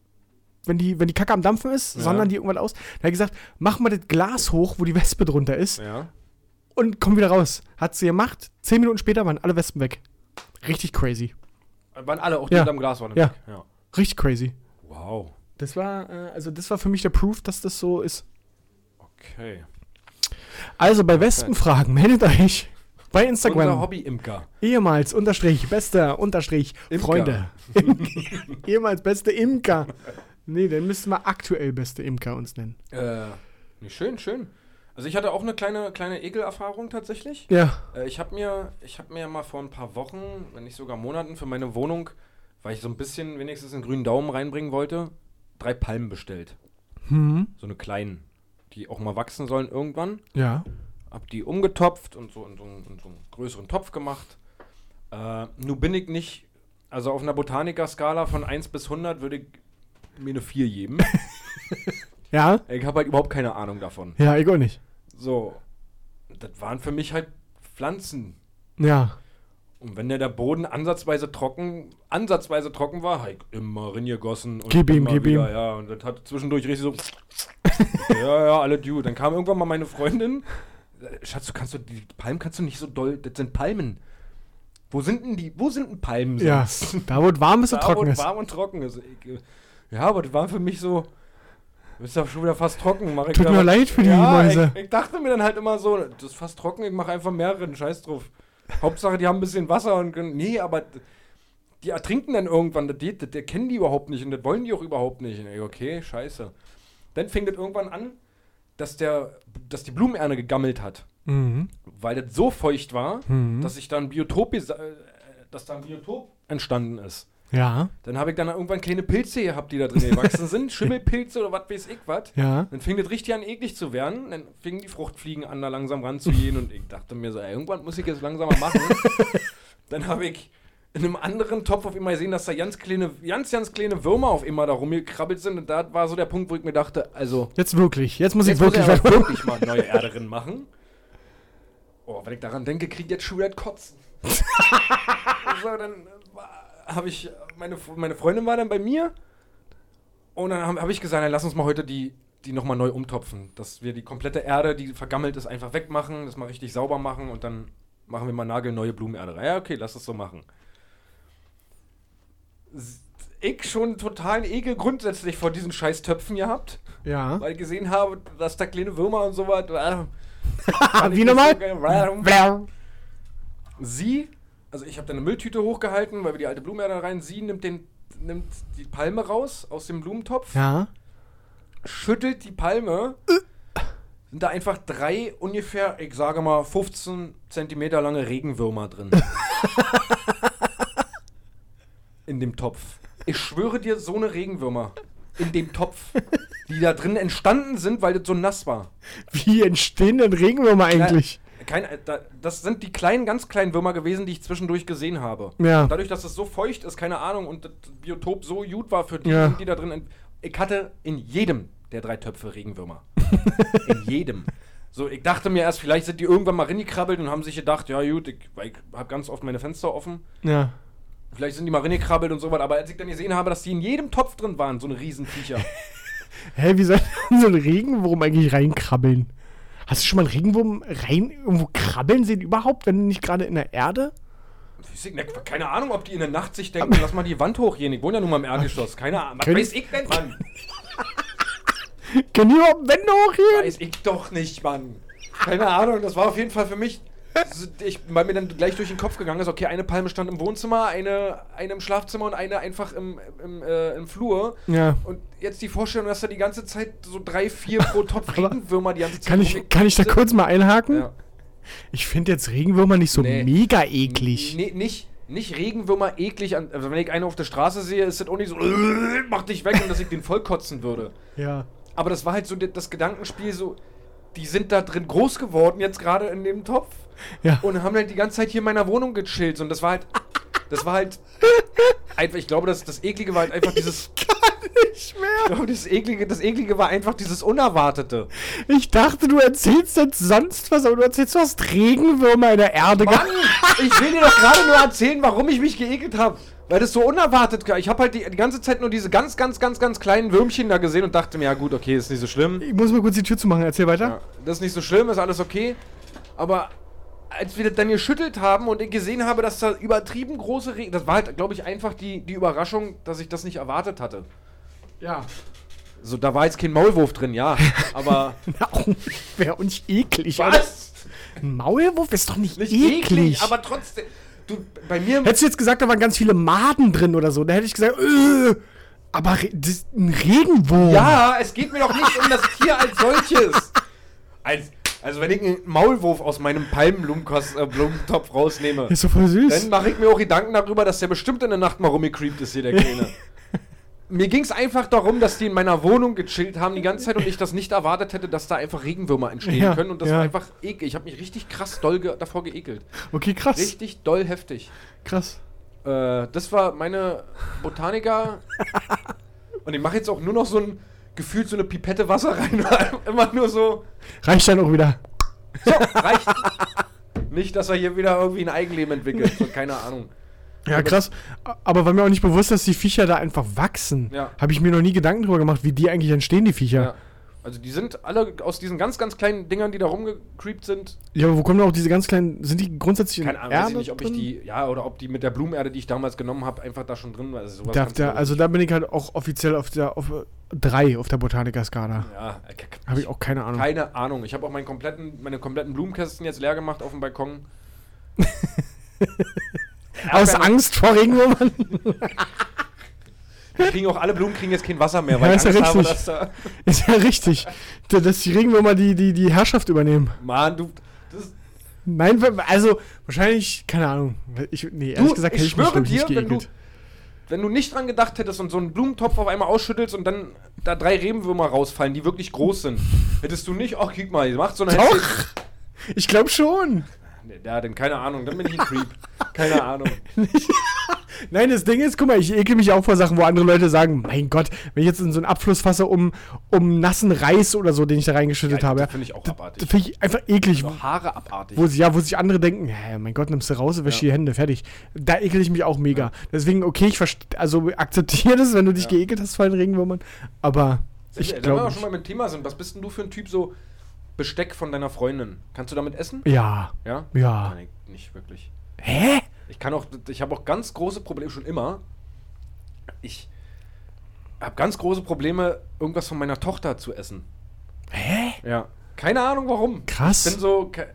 wenn die, wenn die Kacke am Dampfen ist, Ja. sondern die irgendwann aus. Da hat er gesagt, mach mal das Glas hoch, wo die Wespe drunter ist Ja. und komm wieder raus. Hat sie gemacht. Zehn Minuten später waren alle Wespen weg. Richtig crazy. Waren alle, auch die Ja. am Glas waren. Ja. weg. ja. Richtig crazy. Wow. Das war, äh, also das war für mich der Proof, dass das so ist. Okay. Also bei Wespenfragen meldet euch bei Unser Instagram. Hobby-Imker. Ehemals unterstrich bester unterstrich Imker. Freunde. <laughs> Im- Ehemals beste Imker. Nee, dann müssten wir aktuell beste Imker uns nennen. Äh, nee, schön, schön. Also ich hatte auch eine kleine, kleine Ekelerfahrung tatsächlich. Ja. Äh, ich habe mir, ich hab mir mal vor ein paar Wochen, wenn nicht sogar Monaten, für meine Wohnung, weil ich so ein bisschen wenigstens einen grünen Daumen reinbringen wollte, drei Palmen bestellt. Hm. So eine kleinen, die auch mal wachsen sollen irgendwann. Ja. Hab die umgetopft und so in so, einen- in so einen größeren Topf gemacht. Äh, nun bin ich nicht, also auf einer Botaniker-Skala von 1 bis 100 würde ich mir eine 4 geben. Ja? ich habe halt überhaupt keine Ahnung davon. Ja, ich auch nicht. So, das waren für mich halt Pflanzen. Ja. Und wenn der, der Boden ansatzweise trocken, ansatzweise trocken war, halt immer reingegossen. Und Gib ihm, immer gib wieder, ihm. Ja, und das hat zwischendurch richtig so. <laughs> ja, ja, alle du. Dann kam irgendwann mal meine Freundin. äh, Schatz, du kannst du, die Palmen kannst du nicht so doll, das sind Palmen. Wo sind denn die, wo sind denn Palmen? <laughs> Ja. sonst? Da, wo es warm ist und Da, wo trocken es ist. warm und trocken ist. Ich, äh, Ja, aber das war für mich so. Du bist doch schon wieder fast trocken. Mach ich Tut wieder mir was- leid für die ja, Mäuse. Ich, ich dachte mir dann halt immer so, das ist fast trocken, ich mache einfach mehr rein, scheiß drauf. Hauptsache, die haben ein bisschen Wasser und können. Nee, aber die ertrinken dann irgendwann. Das, geht- das, das kennen die überhaupt nicht und das wollen die auch überhaupt nicht. Und ich, okay, scheiße. Dann fing das irgendwann an, dass, der, dass die Blumenerne gegammelt hat Mhm. weil das so feucht war, Mhm. dass ich dann Biotop, gesa- äh, dass da ein Biotop entstanden ist. Ja. Dann habe ich dann irgendwann kleine Pilze gehabt, die da drin gewachsen sind, Schimmelpilze oder was weiß ich was. Ja. Dann fing das richtig an eklig zu werden, dann fingen die Fruchtfliegen an, da langsam ranzugehen und ich dachte mir so, ey, irgendwann muss ich jetzt langsamer machen. dann habe ich in einem anderen Topf auf einmal gesehen, dass da ganz kleine, ganz, ganz kleine Würmer auf einmal da rumgekrabbelt sind und da war so der Punkt, wo ich mir dachte, also Jetzt wirklich. Jetzt muss ich muss wirklich er aber was machen. wirklich mal neue Erde drin machen. Oh, wenn ich daran denke, krieg ich jetzt schon wieder ein Kotzen. <laughs> so, dann habe ich, meine, F- meine Freundin war dann bei mir und dann habe hab ich gesagt, dann lass uns mal heute die, die nochmal neu umtopfen, dass wir die komplette Erde, die vergammelt ist, einfach wegmachen, das mal richtig sauber machen und dann machen wir mal nagelneue Blumenerde rein. Ja, okay, lass das so machen. S- Ich schon totalen Ekel grundsätzlich vor diesen scheiß Töpfen gehabt Ja. weil ich gesehen habe, dass da kleine Würmer und sowas. <laughs> Wie nochmal? sie, also ich habe da eine Mülltüte hochgehalten, weil wir die alte Blume da rein. Sie nimmt, den, nimmt die Palme raus aus dem Blumentopf, Ja. schüttelt die Palme, sind da einfach drei ungefähr, ich sage mal, 15 Zentimeter lange Regenwürmer drin. in dem Topf. Ich schwöre dir, so eine Regenwürmer in dem Topf, die da drin entstanden sind, weil das so nass war. Wie entstehen denn Regenwürmer eigentlich? Na, Kein, äh, da, das sind die kleinen, ganz kleinen Würmer gewesen, die ich zwischendurch gesehen habe. Ja. Dadurch, dass es so feucht ist, keine Ahnung, und das Biotop so gut war für die, Ja. die da drin. ent- Ich hatte in jedem der drei Töpfe <laughs> Regenwürmer. in jedem. So, ich dachte mir erst, vielleicht sind die irgendwann mal reingekrabbelt und haben sich gedacht, ja gut, ich, weil ich habe ganz oft meine Fenster offen. Ja. Vielleicht sind die mal reingekrabbelt und so was. Aber als ich dann gesehen habe, dass die in jedem Topf drin waren, so eine <laughs> Riesenviecher. Hä, wie soll <laughs> denn so ein Regenwurm eigentlich reinkrabbeln? Hast du schon mal einen Regenwurm rein irgendwo krabbeln sehen überhaupt, wenn nicht gerade in der Erde? Weiß ich nicht. Keine Ahnung, ob die in der Nacht sich denken, lass mal die Wand hochgehen. Ich wohne ja nun mal im Erdgeschoss. Keine Ahnung. Was Können- weiß ich denn, Mann? Können die überhaupt Wände hochheben? Weiß ich doch nicht, Mann. Keine Ahnung, das war auf jeden Fall für mich. so- Ich, weil mir dann gleich durch den Kopf gegangen ist, okay, eine Palme stand im Wohnzimmer, eine, eine im Schlafzimmer und eine einfach im, im, äh, im Flur. Ja. Und jetzt die Vorstellung, dass da die ganze Zeit so drei, vier pro Topf <laughs> Aber Regenwürmer die ganze Zeit Kann ich, rumge- kann ich da kurz mal einhaken? Ja. Ich finde jetzt Regenwürmer nicht so Nee. mega eklig. Nee, nicht, nicht Regenwürmer eklig. An, also wenn ich einen auf der Straße sehe, ist das auch nicht so, <laughs> "Äh, mach dich weg und dass ich den voll kotzen würde. Ja. Aber das war halt so das Gedankenspiel, so, die sind da drin groß geworden, jetzt gerade in dem Topf. Ja. Und haben halt die ganze Zeit hier in meiner Wohnung gechillt. Und das war halt. Das war halt. Einfach, ich glaube, das, das Eklige war halt einfach dieses. nicht mehr. Ich glaube, das Eklige, das Eklige war einfach dieses Unerwartete. Ich dachte, du erzählst jetzt sonst was, aber du erzählst, du hast Regenwürmer in der Erde Mann, gehabt. ich will dir doch gerade nur erzählen, warum ich mich geekelt habe. Weil das so unerwartet war. Ich habe halt die, die ganze Zeit nur diese ganz, ganz, ganz, ganz kleinen Würmchen da gesehen und dachte mir, ja gut, okay, ist nicht so schlimm. Ich muss mal kurz die Tür zumachen, erzähl weiter. Ja, das ist nicht so schlimm, ist alles okay. Aber als wir das dann geschüttelt haben und ich gesehen habe, dass da übertrieben große Regen. Das war halt, glaube ich, einfach die, die Überraschung, dass ich das nicht erwartet hatte. Ja. So, da war jetzt kein Maulwurf drin, <laughs> ja. Aber. <laughs> Wäre auch nicht eklig. oder? was? Ein Maulwurf ist doch nicht, Nicht eklig. eklig, aber trotzdem. Du, bei mir. Hättest du jetzt gesagt, da waren ganz viele Maden drin oder so, dann hätte ich gesagt, äh, aber Re das, ein Regenwurm. Ja, es geht mir doch nicht um das Tier als solches. Als, also, wenn ich einen Maulwurf aus meinem Palmenblumentopf äh, Blumentopf rausnehme, Ist doch voll süß. dann mache ich mir auch Gedanken darüber, dass der bestimmt in der Nacht mal rumgecreept ist, hier der <laughs> Kleine. Mir ging es einfach darum, dass die in meiner Wohnung gechillt haben die ganze Zeit und ich das nicht erwartet hätte, dass da einfach Regenwürmer entstehen Ja, können und das ja. war einfach ekel. Ich habe mich richtig krass doll ge davor geekelt. okay, krass. Richtig doll heftig. Krass. Äh, das war meine Botanica. <laughs> Und ich mache jetzt auch nur noch so ein gefühlt so eine Pipette Wasser rein. <laughs> Immer nur so. Reicht dann auch wieder. So, reicht. nicht, dass er hier wieder irgendwie ein Eigenleben entwickelt. So, keine Ahnung. Ja, krass. A- Aber war mir auch nicht bewusst, dass die Viecher da einfach wachsen. Ja. Habe ich mir noch nie Gedanken drüber gemacht, wie die eigentlich entstehen, die Ja. Viecher. Also die sind alle aus diesen ganz, ganz kleinen Dingern, die da rumgecreept sind. Ja, aber wo kommen denn auch diese ganz kleinen, sind die grundsätzlich in Keine Ahnung, weiß ich Erde nicht, ob ich drin? die, ja, oder ob die mit der Blumenerde, die ich damals genommen habe, einfach da schon drin war. Also, sowas Da, kannst du da, doch also da bin ich halt auch offiziell auf der auf äh, drei auf der Botaniker-Skala. nicht- ja, äh, k- Habe ich auch keine Ahnung. Keine Ahnung. Ich habe auch meinen kompletten, meine kompletten Blumenkästen jetzt leer gemacht auf dem Balkon. Aus Erdbeeren- Angst vor Regenwürmern. Wir kriegen auch alle Blumen kriegen jetzt kein Wasser mehr, Ja, weil ich ist ja Angst habe, richtig. dass da. Ist ja richtig. Da- Dass die Regenwürmer die, die, die Herrschaft übernehmen. Mann, du. Das, Nein, wenn- also wahrscheinlich, keine Ahnung. Ich, nee, ehrlich du gesagt, ich hätte ich mich schwöre glaub ich, dir, nicht wenn du, geekelt. wenn du nicht dran gedacht hättest und so einen Blumentopf auf einmal ausschüttelst und dann da drei Rebenwürmer rausfallen, die wirklich groß sind, hättest du nicht, ach, kick mal, ihr macht so eine Doch. <laughs> Ich glaube schon. Ja, dann keine Ahnung, dann bin ich ein Creep. Keine Ahnung. Nein, das Ding ist, guck mal, ich ekel mich auch vor Sachen, wo andere Leute sagen, mein Gott, wenn ich jetzt in so einen Abfluss fasse um, um nassen Reis oder so, den ich da reingeschüttet habe. das finde ich auch Das abartig. finde ich einfach eklig. Auch Haare abartig. Wo, sie- ja, wo sich andere denken, hä, mein Gott, nimmst du raus, wäsch die Hände, fertig. Da ekel ich mich auch mega. Deswegen, okay, ich verste- also akzeptiere das, wenn du dich geekelt hast vor den Regenwürmern, aber ich Wenn wir auch glaube schon mal mit Thema sind, was bist denn du für ein Typ so Besteck von deiner Freundin? Kannst du damit essen? Ja, Ja? ja. Nein, nicht wirklich. Hä? Ich kann auch, ich habe auch ganz große Probleme schon immer. Ich habe ganz große Probleme, irgendwas von meiner Tochter zu essen. Hä? Ja. Keine Ahnung warum. Krass. Ich bin so. ke-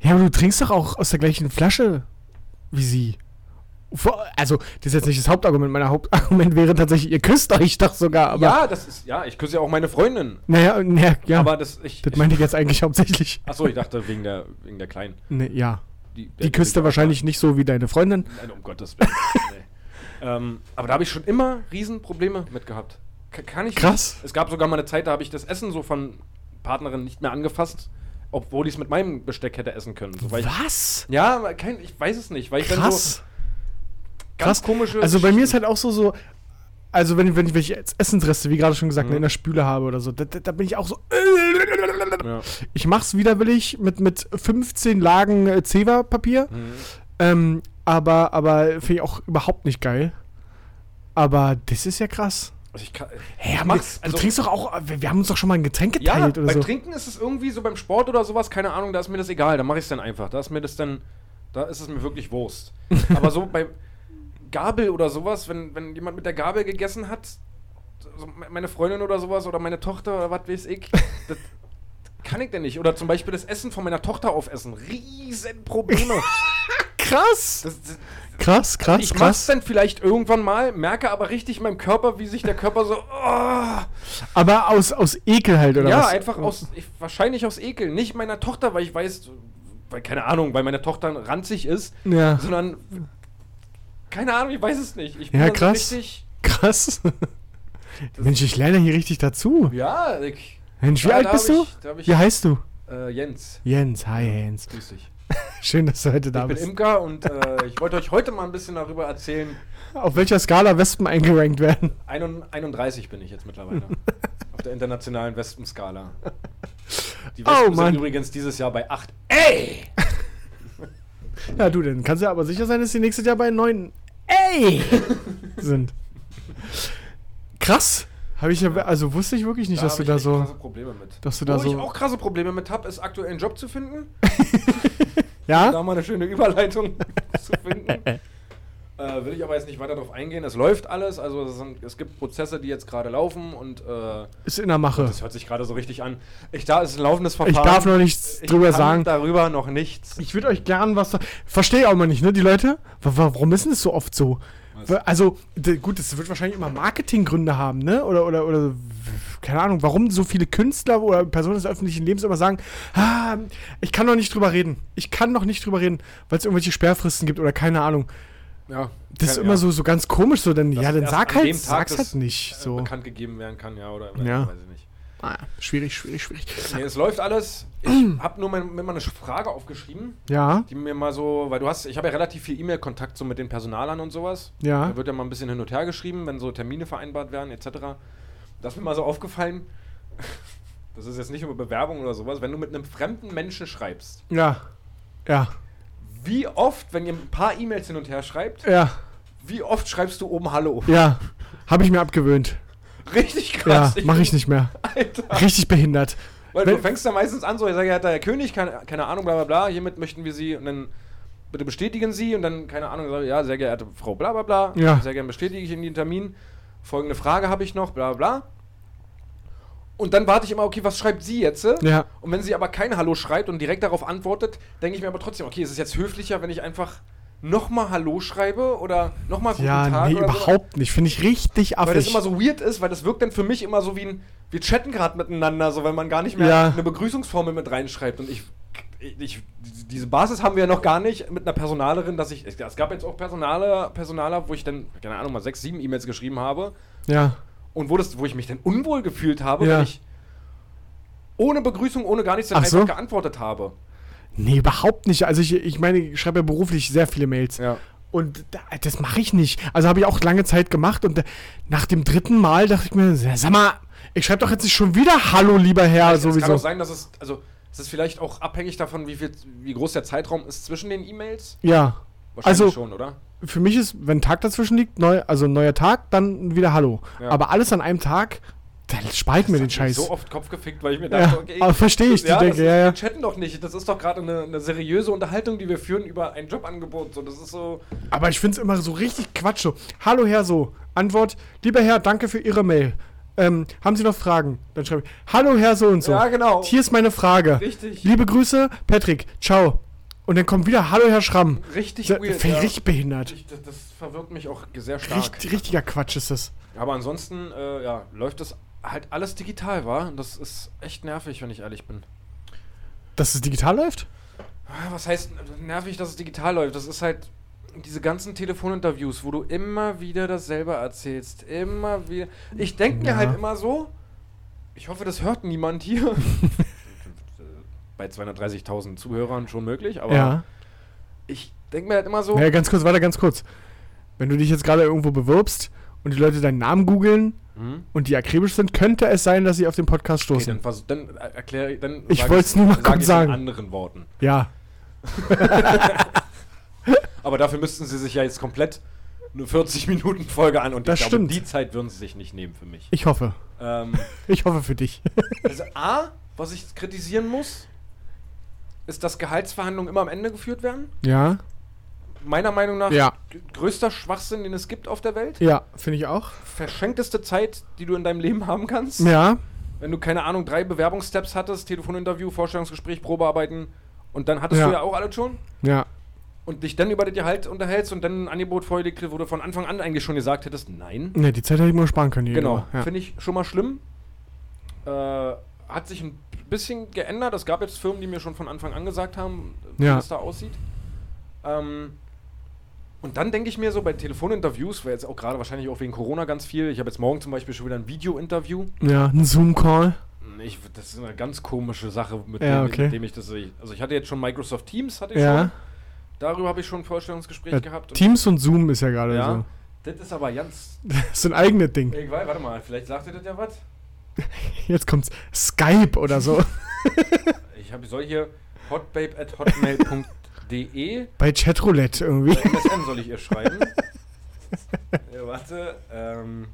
Ja, aber du trinkst doch auch aus der gleichen Flasche wie sie. Vor- Also, das ist jetzt nicht das Hauptargument. Mein Hauptargument wäre tatsächlich, ihr küsst euch doch sogar. Aber, ja, das ist, ja, ich küsse ja auch meine Freundin. Naja, naja, ja. Aber das, ich, das ich meinte ich jetzt eigentlich hauptsächlich. achso, ich dachte wegen der, wegen der Kleinen. Nee, ja. Die, der- Die küsst er wahrscheinlich nicht so wie deine Freundin. Nein, um Gottes Willen. <laughs> nee. ähm, aber da habe ich schon immer Riesenprobleme mit gehabt. Ka- kann ich Krass. Es gab sogar mal eine Zeit, da habe ich das Essen so von Partnerin nicht mehr angefasst, obwohl ich es mit meinem Besteck hätte essen können. So, weil ich, Was? ja, aber kein, ich weiß es nicht, weil ich dann so Krass. ganz krass. komische. Also bei mir ist Geschichten- halt auch so, so also wenn, wenn ich welche Essensreste, wie gerade schon gesagt, Mhm. ne, in der Spüle habe oder so, da, da, da bin ich auch so. <laughs> Ja. Ich mach's widerwillig mit, mit 15 Lagen äh, Zewa-Papier. Mhm. Ähm, aber aber finde ich auch überhaupt nicht geil. Aber das ist ja krass. Also ich kann, Hey, ich haben wir, mach's- du also- trinkst doch auch, wir, wir haben uns doch schon mal ein Getränk ja, geteilt oder beim so. Trinken ist es irgendwie so beim Sport oder sowas, keine Ahnung, da ist mir das egal, da mache ich es dann einfach. Da ist mir das dann, da ist es mir wirklich <laughs> Wurst. Aber so bei Gabel oder sowas, wenn, wenn jemand mit der Gabel gegessen hat, so me- meine Freundin oder sowas oder meine Tochter oder was weiß ich, <laughs> das kann ich denn nicht. Oder zum Beispiel das Essen von meiner Tochter aufessen, <laughs> Riesenprobleme. krass! Das, das, Krass, krass, ich mach's krass. dann vielleicht irgendwann mal, merke aber richtig in meinem Körper, wie sich der Körper so. Oh, Aber aus, aus Ekel halt, oder ja, was? einfach aus, ich, wahrscheinlich aus Ekel. Nicht meiner Tochter, weil ich weiß, weil, keine Ahnung, weil meine Tochter ranzig ist, Ja. sondern, keine Ahnung, ich weiß es nicht. Ich Ja, dann so krass. richtig, Krass. Mensch, ich lerne hier richtig dazu. ja, ich, Mensch, wie Ja, alt da bist hab du? ich- da hab ich- wie heißt du? äh, Jens, Jens, hi Jens. grüß dich. Schön, dass du heute da Ich bin bist. Imker und äh, ich wollte euch heute mal ein bisschen darüber erzählen. Auf welcher Skala Wespen eingerankt werden? Einund- 31 bin ich jetzt <laughs> mittlerweile. auf der internationalen Wespenskala. Die Oh, Wespen Mann. sind übrigens dieses Jahr bei 8. Ja, du, dann kannst du aber sicher sein, dass die nächstes Jahr bei neun <laughs> ey sind. Krass. Habe ich ja, also wusste ich wirklich nicht, dass hab du ich da echt so. krasse Probleme mit. dass du da Wo ich so- auch krasse Probleme mit habe, ist aktuell einen Job zu finden. da Ja? mal eine schöne Überleitung <laughs> zu finden. <laughs> Äh, will ich aber jetzt nicht weiter darauf eingehen. Es läuft alles, also es, sind, es gibt Prozesse, die jetzt gerade laufen und äh, Ist in der Mache. das hört sich gerade so richtig an. Ich da ist ein laufendes Verfahren. Ich darf noch nichts Ich drüber kann sagen. Darüber noch nichts. Ich würde euch gern was. Verstehe auch mal nicht, ne, die Leute? Wa- wa- Warum ist denn das so oft so? Was? Wa- Also, d- gut, das wird wahrscheinlich immer Marketinggründe haben, ne? Oder, oder, oder, w- keine Ahnung, warum so viele Künstler oder Personen des öffentlichen Lebens immer sagen, ah, ich kann noch nicht drüber reden. Ich kann noch nicht drüber reden, weil es irgendwelche Sperrfristen gibt oder keine Ahnung. ja, Das ist kann- immer ja. so, so ganz komisch, so, dann, Dass ja, dann erst sag an halt, dem Tag sag's das, halt nicht. äh, So. Bekannt gegeben werden kann, ja, oder Ja. weiß ich nicht. Ah, schwierig, schwierig, schwierig. Nee, es läuft alles. <clears throat> Ich habe nur mein, mir mal eine Frage aufgeschrieben, Ja, die mir mal so, weil du hast, ich habe ja relativ viel E-Mail-Kontakt so mit den Personalern und sowas. ja. Da wird ja mal ein bisschen hin und her geschrieben, wenn so Termine vereinbart werden, etc. Das ist mir mal so aufgefallen. <laughs> Das ist jetzt nicht über Bewerbung oder sowas. Wenn du mit einem fremden Menschen schreibst, Ja. Ja. wie oft, wenn ihr ein paar E-Mails hin und her schreibt, Ja. wie oft schreibst du oben Hallo? <laughs> Ja. Habe ich mir abgewöhnt. Richtig Ja, krass. mache bin- ich nicht mehr. Alter. Richtig behindert. Weil Wenn- du fängst ja meistens an, so, ich sage, ja, der König, keine, keine Ahnung, bla bla bla, hiermit möchten wir sie und dann bitte bestätigen sie und dann, keine Ahnung, sag ich, ja, sehr geehrte Frau bla bla bla, Ja. sehr gerne bestätige ich Ihnen den Termin, folgende Frage habe ich noch, bla bla bla. Und dann warte ich immer, okay, was schreibt sie jetzt? Ja. Und wenn sie aber kein Hallo schreibt und direkt darauf antwortet, denke ich mir aber trotzdem, okay, ist es jetzt höflicher, wenn ich einfach nochmal Hallo schreibe oder nochmal guten Ja, Tag nee, oder so? überhaupt nicht. Finde ich richtig Weil das affig. immer so weird ist, weil das wirkt dann für mich immer so wie ein, wir chatten gerade miteinander, so wenn man gar nicht mehr Ja. eine Begrüßungsformel mit reinschreibt. Und ich, ich, diese Basis haben wir ja noch gar nicht mit einer Personalerin, dass ich, es gab jetzt auch Personale, Personaler, wo ich dann, keine Ahnung, mal sechs, sieben E-Mails geschrieben habe ja. und wo, das, wo ich mich dann unwohl gefühlt habe, Ja. weil ich ohne Begrüßung, ohne gar nichts dann Ach einfach so. geantwortet habe. Nee, überhaupt nicht. Also ich, ich meine, ich schreibe ja beruflich sehr viele Mails. Ja. Und da, das mache ich nicht. Also habe ich auch lange Zeit gemacht und da, nach dem dritten Mal dachte ich mir, sag mal, ich schreibe doch jetzt nicht schon wieder Hallo, lieber Herr, Es kann auch sowieso. sein, dass es, also, es ist vielleicht auch abhängig davon, wie, viel, wie groß der Zeitraum ist zwischen den E-Mails. Ja. Wahrscheinlich Also, schon, oder? für mich ist, wenn ein Tag dazwischen liegt, neu, also ein neuer Tag, dann wieder Hallo. Ja. Aber alles an einem Tag, dann spalt mir Das den hat Scheiß. mich so oft Kopf gefickt, weil ich mir dachte, ja, okay. aber verstehe ich, die ja, das denke, ist, ja, ja. Wir chatten doch nicht. Das ist doch gerade eine, eine seriöse Unterhaltung, die wir führen über ein Jobangebot. So, das ist so. Aber ich finde es immer so richtig Quatsch. So. Hallo Herr, so. Antwort: Lieber Herr, danke für Ihre Mail. Ähm, haben Sie noch Fragen? Dann schreibe ich: Hallo Herr, so und so. Ja, genau. Hier ist meine Frage. Richtig. Liebe Grüße, Patrick. Ciao. Und dann kommt wieder, hallo Herr Schramm. Richtig Da- weird. Finde ich ja. richtig behindert. Ich- das, das verwirrt mich auch sehr stark. Richt, richtiger Quatsch ist das. Aber ansonsten, äh, ja, läuft das halt alles digital, war. Das ist echt nervig, wenn ich ehrlich bin. Dass es digital läuft? Ah, Was heißt nervig, dass es digital läuft? Das ist halt diese ganzen Telefoninterviews, wo du immer wieder dasselbe erzählst. Immer wieder. Ich denke mir Ja. halt immer so, ich hoffe, das hört niemand <laughs> hier. Bei 230.000 Zuhörern schon möglich, aber ja. ich denke mir halt immer so, Naja, ganz kurz, weiter, ganz kurz. Wenn du dich jetzt gerade irgendwo bewirbst und die Leute deinen Namen googeln hm, und die akribisch sind, könnte es sein, dass sie auf den Podcast okay, stoßen. dann, vers- dann erkläre dann Ich sag wollt's nur mal sag kurz ich's sagen. in anderen Worten. ja. Aber dafür müssten sie sich ja jetzt komplett eine 40-Minuten-Folge an und Das ich stimmt. glaube, die Zeit würden sie sich nicht nehmen für mich. Ich hoffe. ähm, Ich hoffe für dich. <laughs> also A, was ich kritisieren muss, ist, dass Gehaltsverhandlungen immer am Ende geführt werden. Ja. Meiner Meinung nach Ja. g- größter Schwachsinn, den es gibt auf der Welt. Ja, finde ich auch. Verschenkteste Zeit, die du in deinem Leben haben kannst. Ja. Wenn du, keine Ahnung, drei Bewerbungssteps hattest, Telefoninterview, Vorstellungsgespräch, Probearbeiten und dann hattest Ja. du ja auch alles schon. Ja. Und dich dann über das Gehalt unterhältst und dann ein Angebot vorgelegt wird, wo du von Anfang an eigentlich schon gesagt hättest, nein. Ne, die Zeit hätte ich mir sparen können. die Genau, Uhr. Ja. finde ich schon mal schlimm. Äh, hat sich ein bisschen geändert. Es gab jetzt Firmen, die mir schon von Anfang an gesagt haben, wie Ja. das da aussieht. Ähm, und dann denke ich mir so bei Telefoninterviews, weil jetzt auch gerade wahrscheinlich auch wegen Corona ganz viel. Ich habe jetzt morgen zum Beispiel schon wieder ein Video-Interview. ja, ein Zoom-Call. Ich, das ist eine ganz komische Sache, mit, Ja, dem, okay. mit dem ich das. Also ich hatte jetzt schon Microsoft Teams, hatte ich Ja. schon. Darüber habe ich schon ein Vorstellungsgespräch ja. gehabt. und- Teams und Zoom ist ja gerade ja. so. Das ist aber ganz. <laughs> Das ist ein eigenes Ding. Egal, warte mal, vielleicht sagt ihr das ja was. Jetzt kommt's Skype oder <laughs> so. Ich hab, soll hier hotbabe.hotmail.de Bei Chatroulette <laughs> irgendwie. MSN soll ich ihr <laughs> schreiben. ja, warte. Ähm,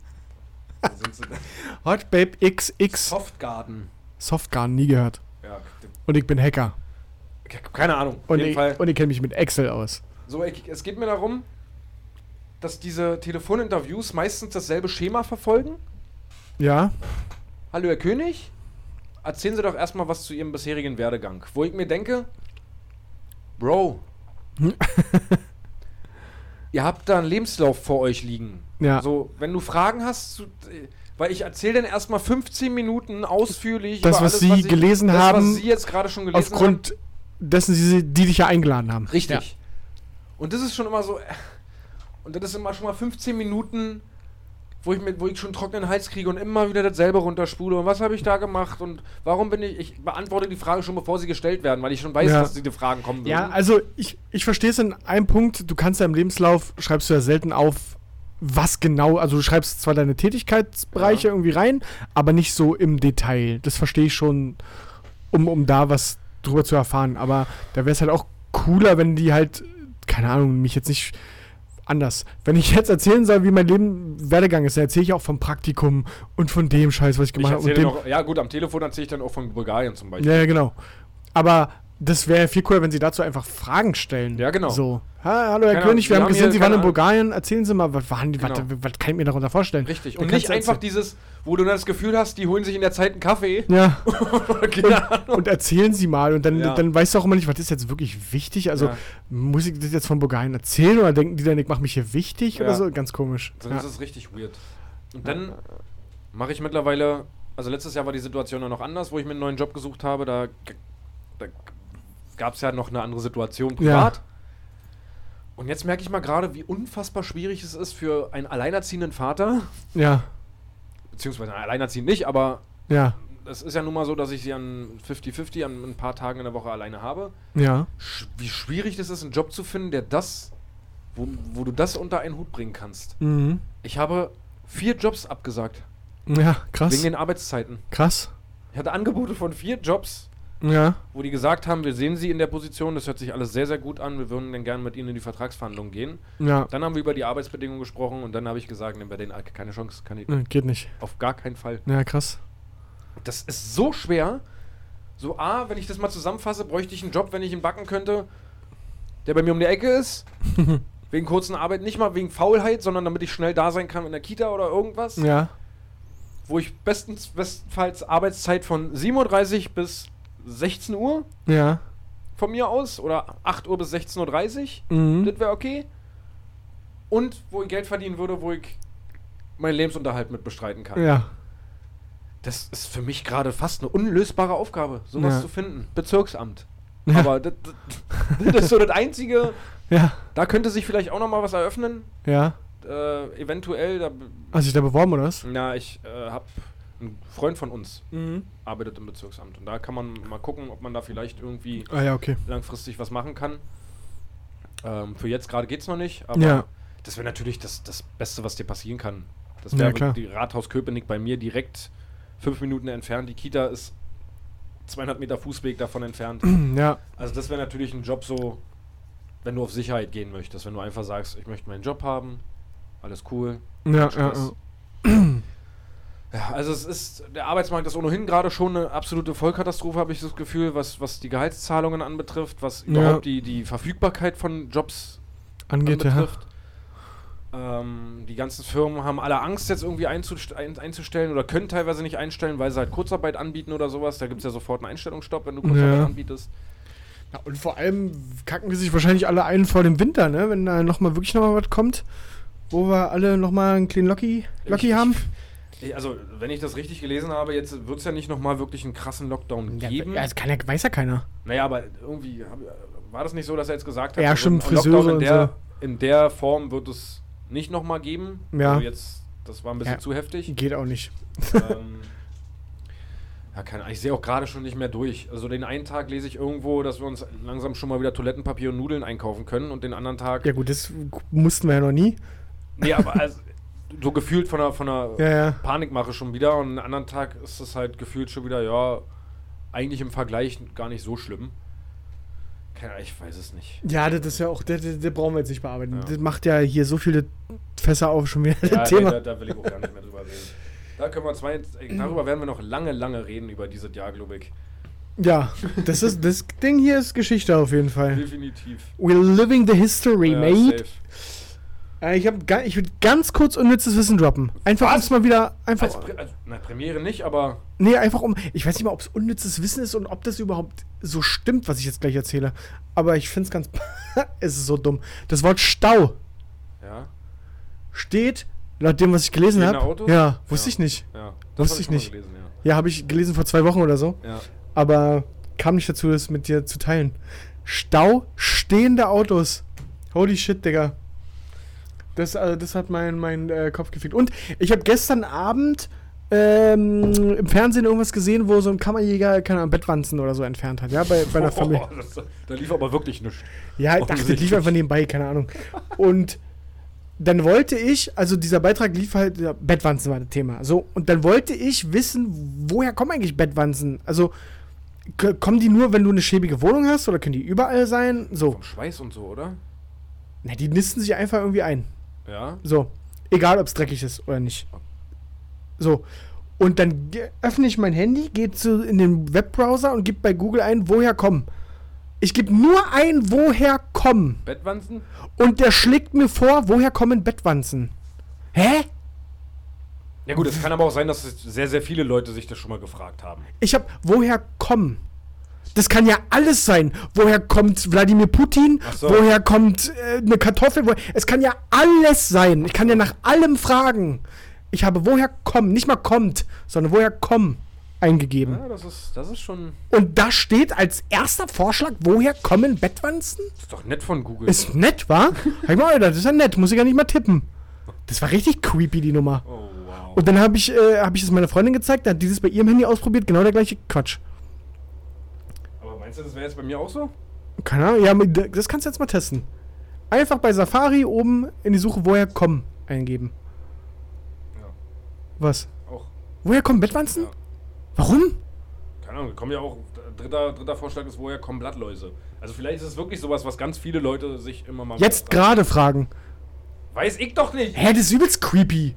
wo sind sie denn? Hotbabe XX. Softgarden. Softgarden nie gehört. Ja, Und ich bin Hacker. ke- keine Ahnung. Auf Und jeden ich, Fall. und ich kenne mich mit Excel aus. So, ich, es geht mir darum, dass diese Telefoninterviews meistens dasselbe Schema verfolgen. Ja. Hallo, Herr König. Erzählen Sie doch erstmal was zu Ihrem bisherigen Werdegang. Wo ich mir denke, <laughs> Bro, ihr habt da einen Lebenslauf vor euch liegen. Ja. So, wenn du Fragen hast, zu, äh, weil ich erzähle dann erstmal 15 Minuten ausführlich Das, was Sie gelesen das, haben, was Sie jetzt gerade schon gelesen Aufgrund dessen, sie, die dich ja eingeladen haben. haben. Richtig. Und das ist schon immer so, äh, und das ist immer schon mal 15 Minuten, wo ich, mit, wo ich schon trockenen Hals kriege und immer wieder dasselbe runterspule. Und was habe ich da gemacht und warum bin ich, ich beantworte die Fragen schon, bevor sie gestellt werden, weil ich schon weiß, Ja. dass diese Fragen kommen Ja, würden. also ich, ich verstehe es in einem Punkt. Du kannst ja im Lebenslauf, schreibst du ja selten auf, was genau, also du schreibst zwar deine Tätigkeitsbereiche irgendwie rein, aber nicht so im Detail. Das verstehe ich schon, um, um da was drüber zu erfahren. Aber da wäre es halt auch cooler, wenn die halt, keine Ahnung, mich jetzt nicht anders. Wenn ich jetzt erzählen soll, wie mein Leben Werdegang ist, dann erzähle ich auch vom Praktikum und von dem Scheiß, was ich ich gemacht habe. und erzähle dem- noch, ja gut, am Telefon erzähle ich dann auch von Bulgarien zum Beispiel. ja, ja, genau. Aber das wäre viel cooler, wenn sie dazu einfach Fragen stellen. Ja, genau. So. Ha, hallo, Herr Keine König, Ahnung, wir wir haben haben gesehen, hier Sie waren in keine Ahnung. Bulgarien. Erzählen Sie mal, was, waren die, was, Genau. was kann ich mir darunter vorstellen? Richtig. Dann Und nicht kannst du einfach erzählen. dieses, wo du dann das Gefühl hast, die holen sich in der Zeit einen Kaffee. <laughs> Ja, Keine Ahnung. und erzählen Sie mal. Und dann, Ja. dann weißt du auch immer nicht, was ist jetzt wirklich wichtig? Also, Ja. muss ich das jetzt von Bulgarien erzählen oder denken die dann, ich mache mich hier wichtig Ja. oder so? Ganz komisch. Dann ja. ist es richtig weird. Und dann mache ich mittlerweile, also letztes Jahr war die Situation ja noch anders, wo ich mir einen neuen Job gesucht habe. Da, g- da gab es ja noch eine andere Situation privat. Ja. Und jetzt merke ich mal gerade, wie unfassbar schwierig es ist für einen alleinerziehenden Vater, ja, beziehungsweise alleinerziehend nicht, aber ja, es ist ja nun mal so, dass ich sie an 50-50 an ein paar Tagen in der Woche alleine habe. ja. Sch wie schwierig das ist, einen Job zu finden, der das, wo, wo du das unter einen Hut bringen kannst. Mhm. Ich habe vier Jobs abgesagt. Ja, Wegen krass. den Arbeitszeiten. Krass. Ich hatte Angebote von vier Jobs, Ja, wo die gesagt haben, wir sehen Sie in der Position, das hört sich alles sehr, sehr gut an, wir würden dann gerne mit Ihnen in die Vertragsverhandlungen gehen. ja. Dann haben wir über die Arbeitsbedingungen gesprochen und dann habe ich gesagt, nehmen wir den Alk- halt keine Chance, kann ich Nee, Geht nicht. auf gar keinen Fall. Ja, krass. Das ist so schwer. So A, wenn ich das mal zusammenfasse, bräuchte ich einen Job, wenn ich ihn backen könnte, der bei mir um die Ecke ist. wegen kurzen Arbeit, nicht mal wegen Faulheit, sondern damit ich schnell da sein kann in der Kita oder irgendwas. Ja, Wo ich bestens, bestenfalls Arbeitszeit von 37 bis 16 Uhr ja, von mir aus oder 8 Uhr bis 16.30 Uhr. Mhm. Das wäre okay. Und wo ich Geld verdienen würde, wo ich meinen Lebensunterhalt mit bestreiten kann. Ja. Das ist für mich gerade fast eine unlösbare Aufgabe, sowas Ja. zu finden. Bezirksamt. Ja. Aber das, das, das ist so das Einzige. Ja. Da könnte sich vielleicht auch noch mal was eröffnen. Ja. Äh, eventuell, da, Hast du dich da beworben oder was? na, ich äh, habe einen Freund von uns, Mhm. arbeitet im Bezirksamt. Und da kann man mal gucken, ob man da vielleicht irgendwie Ah ja, okay. <clears throat> langfristig was machen kann. Ähm, für jetzt gerade geht's noch nicht, aber Ja. das wäre natürlich das, das Beste, was dir passieren kann. Das Ja, wäre klar. die Rathaus Köpenick bei mir direkt fünf Minuten entfernt. Die Kita ist 200 Meter Fußweg davon entfernt. Ja. Also das wäre natürlich ein Job so, wenn du auf Sicherheit gehen möchtest. Wenn du einfach sagst, ich möchte meinen Job haben, alles cool, Ja, ja, ja. Stress. Ja, also es ist, der Arbeitsmarkt ist ohnehin gerade schon eine absolute Vollkatastrophe, habe ich das Gefühl, was, was die Gehaltszahlungen anbetrifft, was überhaupt die, die Verfügbarkeit von Jobs Angeht, ja. anbetrifft. Ähm, die ganzen Firmen haben alle Angst, jetzt irgendwie einzust- ein- einzustellen oder können teilweise nicht einstellen, weil sie halt Kurzarbeit anbieten oder sowas. Da gibt es ja sofort einen Einstellungsstopp, wenn du Kurzarbeit Ja. anbietest. Ja, und vor allem kacken die sich wahrscheinlich alle ein vor dem Winter, ne? Wenn da nochmal wirklich nochmal was kommt, wo wir alle nochmal einen kleinen Locky, Locky Ich- haben. Ich- Also, wenn ich das richtig gelesen habe, jetzt wird es ja nicht nochmal wirklich einen krassen Lockdown geben. Ja, das kann ja, weiß ja keiner. Naja, aber irgendwie hab, war das nicht so, dass er jetzt gesagt hat, Ja, wir stimmt, würden einen Lockdown in Friseure und der, in der Form wird es nicht nochmal geben. Ja. Also jetzt, das war ein bisschen Ja. zu <laughs> heftig. Geht auch nicht. ähm, ja, keine Ahnung. Ich sehe auch gerade schon nicht mehr durch. Also den einen Tag lese ich irgendwo, dass wir uns langsam schon mal wieder Toilettenpapier und Nudeln einkaufen können und den anderen Tag. Ja gut, das mussten wir ja noch nie. Nee, aber also, so gefühlt von einer, von einer Ja, ja. Panikmache schon wieder und einen anderen Tag ist es halt gefühlt schon wieder, ja, eigentlich im Vergleich gar nicht so schlimm. Keine Ahnung, ich weiß es nicht. Ja, das ist ja auch, das, das, das brauchen wir jetzt nicht bearbeiten. Ja. Das macht ja hier so viele Fässer auf schon wieder <laughs> Ja, das nee, Thema. da, da will ich auch gar nicht mehr drüber reden. Da können wir uns mal jetzt, ey, darüber werden wir noch lange, lange reden über dieses Jahr, glaube <laughs> ich. ja, das ist das Ding hier ist Geschichte auf jeden Fall. Definitiv. We're living the history, Ja, mate. safe. Äh, ich hab ga, ich würde ganz kurz unnützes Wissen droppen. Einfach uns mal wieder einfach Als, Pre als na, Premiere nicht, aber Nee, einfach um. Ich weiß nicht mal, ob es unnützes Wissen ist und ob das überhaupt so stimmt, was ich jetzt gleich erzähle. Aber ich finde es ganz. <laughs> es ist so dumm. Das Wort Stau ja, steht, laut dem, was ich gelesen Stehende habe. Autos? Ja, wusste Ja. ich nicht. ja. Wusste hab ich schon mal nicht. Gelesen, Ja, habe ich gelesen vor zwei Wochen oder so. ja. Ja. Aber kam nicht dazu, das mit dir zu teilen. Stau stehende Autos. Holy shit, Digga. Das, also, das hat mein, mein äh, Kopf gefickt. Und ich habe gestern Abend ähm, im Fernsehen irgendwas gesehen, wo so ein Kammerjäger, keine Ahnung, Bettwanzen oder so entfernt hat, ja, bei, <laughs> bei einer Familie. Oh, das, da lief aber wirklich nichts. Ja, ich dachte, das lief Offensichtlich. einfach nebenbei, keine Ahnung. Und dann wollte ich, also dieser Beitrag lief halt, ja, Bettwanzen war das Thema. So, und dann wollte ich wissen, woher kommen eigentlich Bettwanzen? Also, k- kommen die nur, wenn du eine schäbige Wohnung hast oder können die überall sein? So, Vom Schweiß und so, oder? na, die nisten sich einfach irgendwie ein. Ja. So, egal ob es dreckig ist oder nicht. So, und dann ge- öffne ich mein Handy, gehe zu, in den Webbrowser und gebe bei Google ein, woher kommen. Ich gebe nur ein, woher kommen. Bettwanzen? Und der schlägt mir vor, woher kommen Bettwanzen? Hä? Ja gut, es kann aber auch sein, dass es sehr, sehr viele Leute sich das schon mal gefragt haben. Ich hab, woher kommen? Das kann ja alles sein. Woher kommt Wladimir Putin? Ach so. Woher kommt äh, eine Kartoffel? Wo- Es kann ja alles sein. Ich kann ja nach allem fragen. Ich habe woher kommen, nicht mal kommt, sondern woher kommen eingegeben. Ja, das ist, das ist schon. Und da steht als erster Vorschlag, woher kommen Bettwanzen? Das ist doch nett von Google. Ist nett, wa? <laughs> Hab ich mal gedacht, das ist ja nett, muss ich gar nicht mal tippen. Das war richtig creepy, die Nummer. oh wow. Und dann habe ich, äh, hab ich es meiner Freundin gezeigt, dann hat dieses bei ihrem Handy ausprobiert, genau der gleiche Quatsch. Aber meinst du, das wäre jetzt bei mir auch so? Keine Ahnung, ja, mit- das kannst du jetzt mal testen. Einfach bei Safari oben in die Suche, woher kommen, eingeben. Ja. Was? Auch. Woher kommen Bettwanzen? Ja. Warum? Keine Ahnung, kommen ja auch. Dritter, dritter Vorschlag ist, woher kommen Blattläuse? Also vielleicht ist es wirklich sowas, was ganz viele Leute sich immer mal. Jetzt wieder gerade fragen. fragen. Weiß ich doch nicht! Hä, das ist übelst creepy.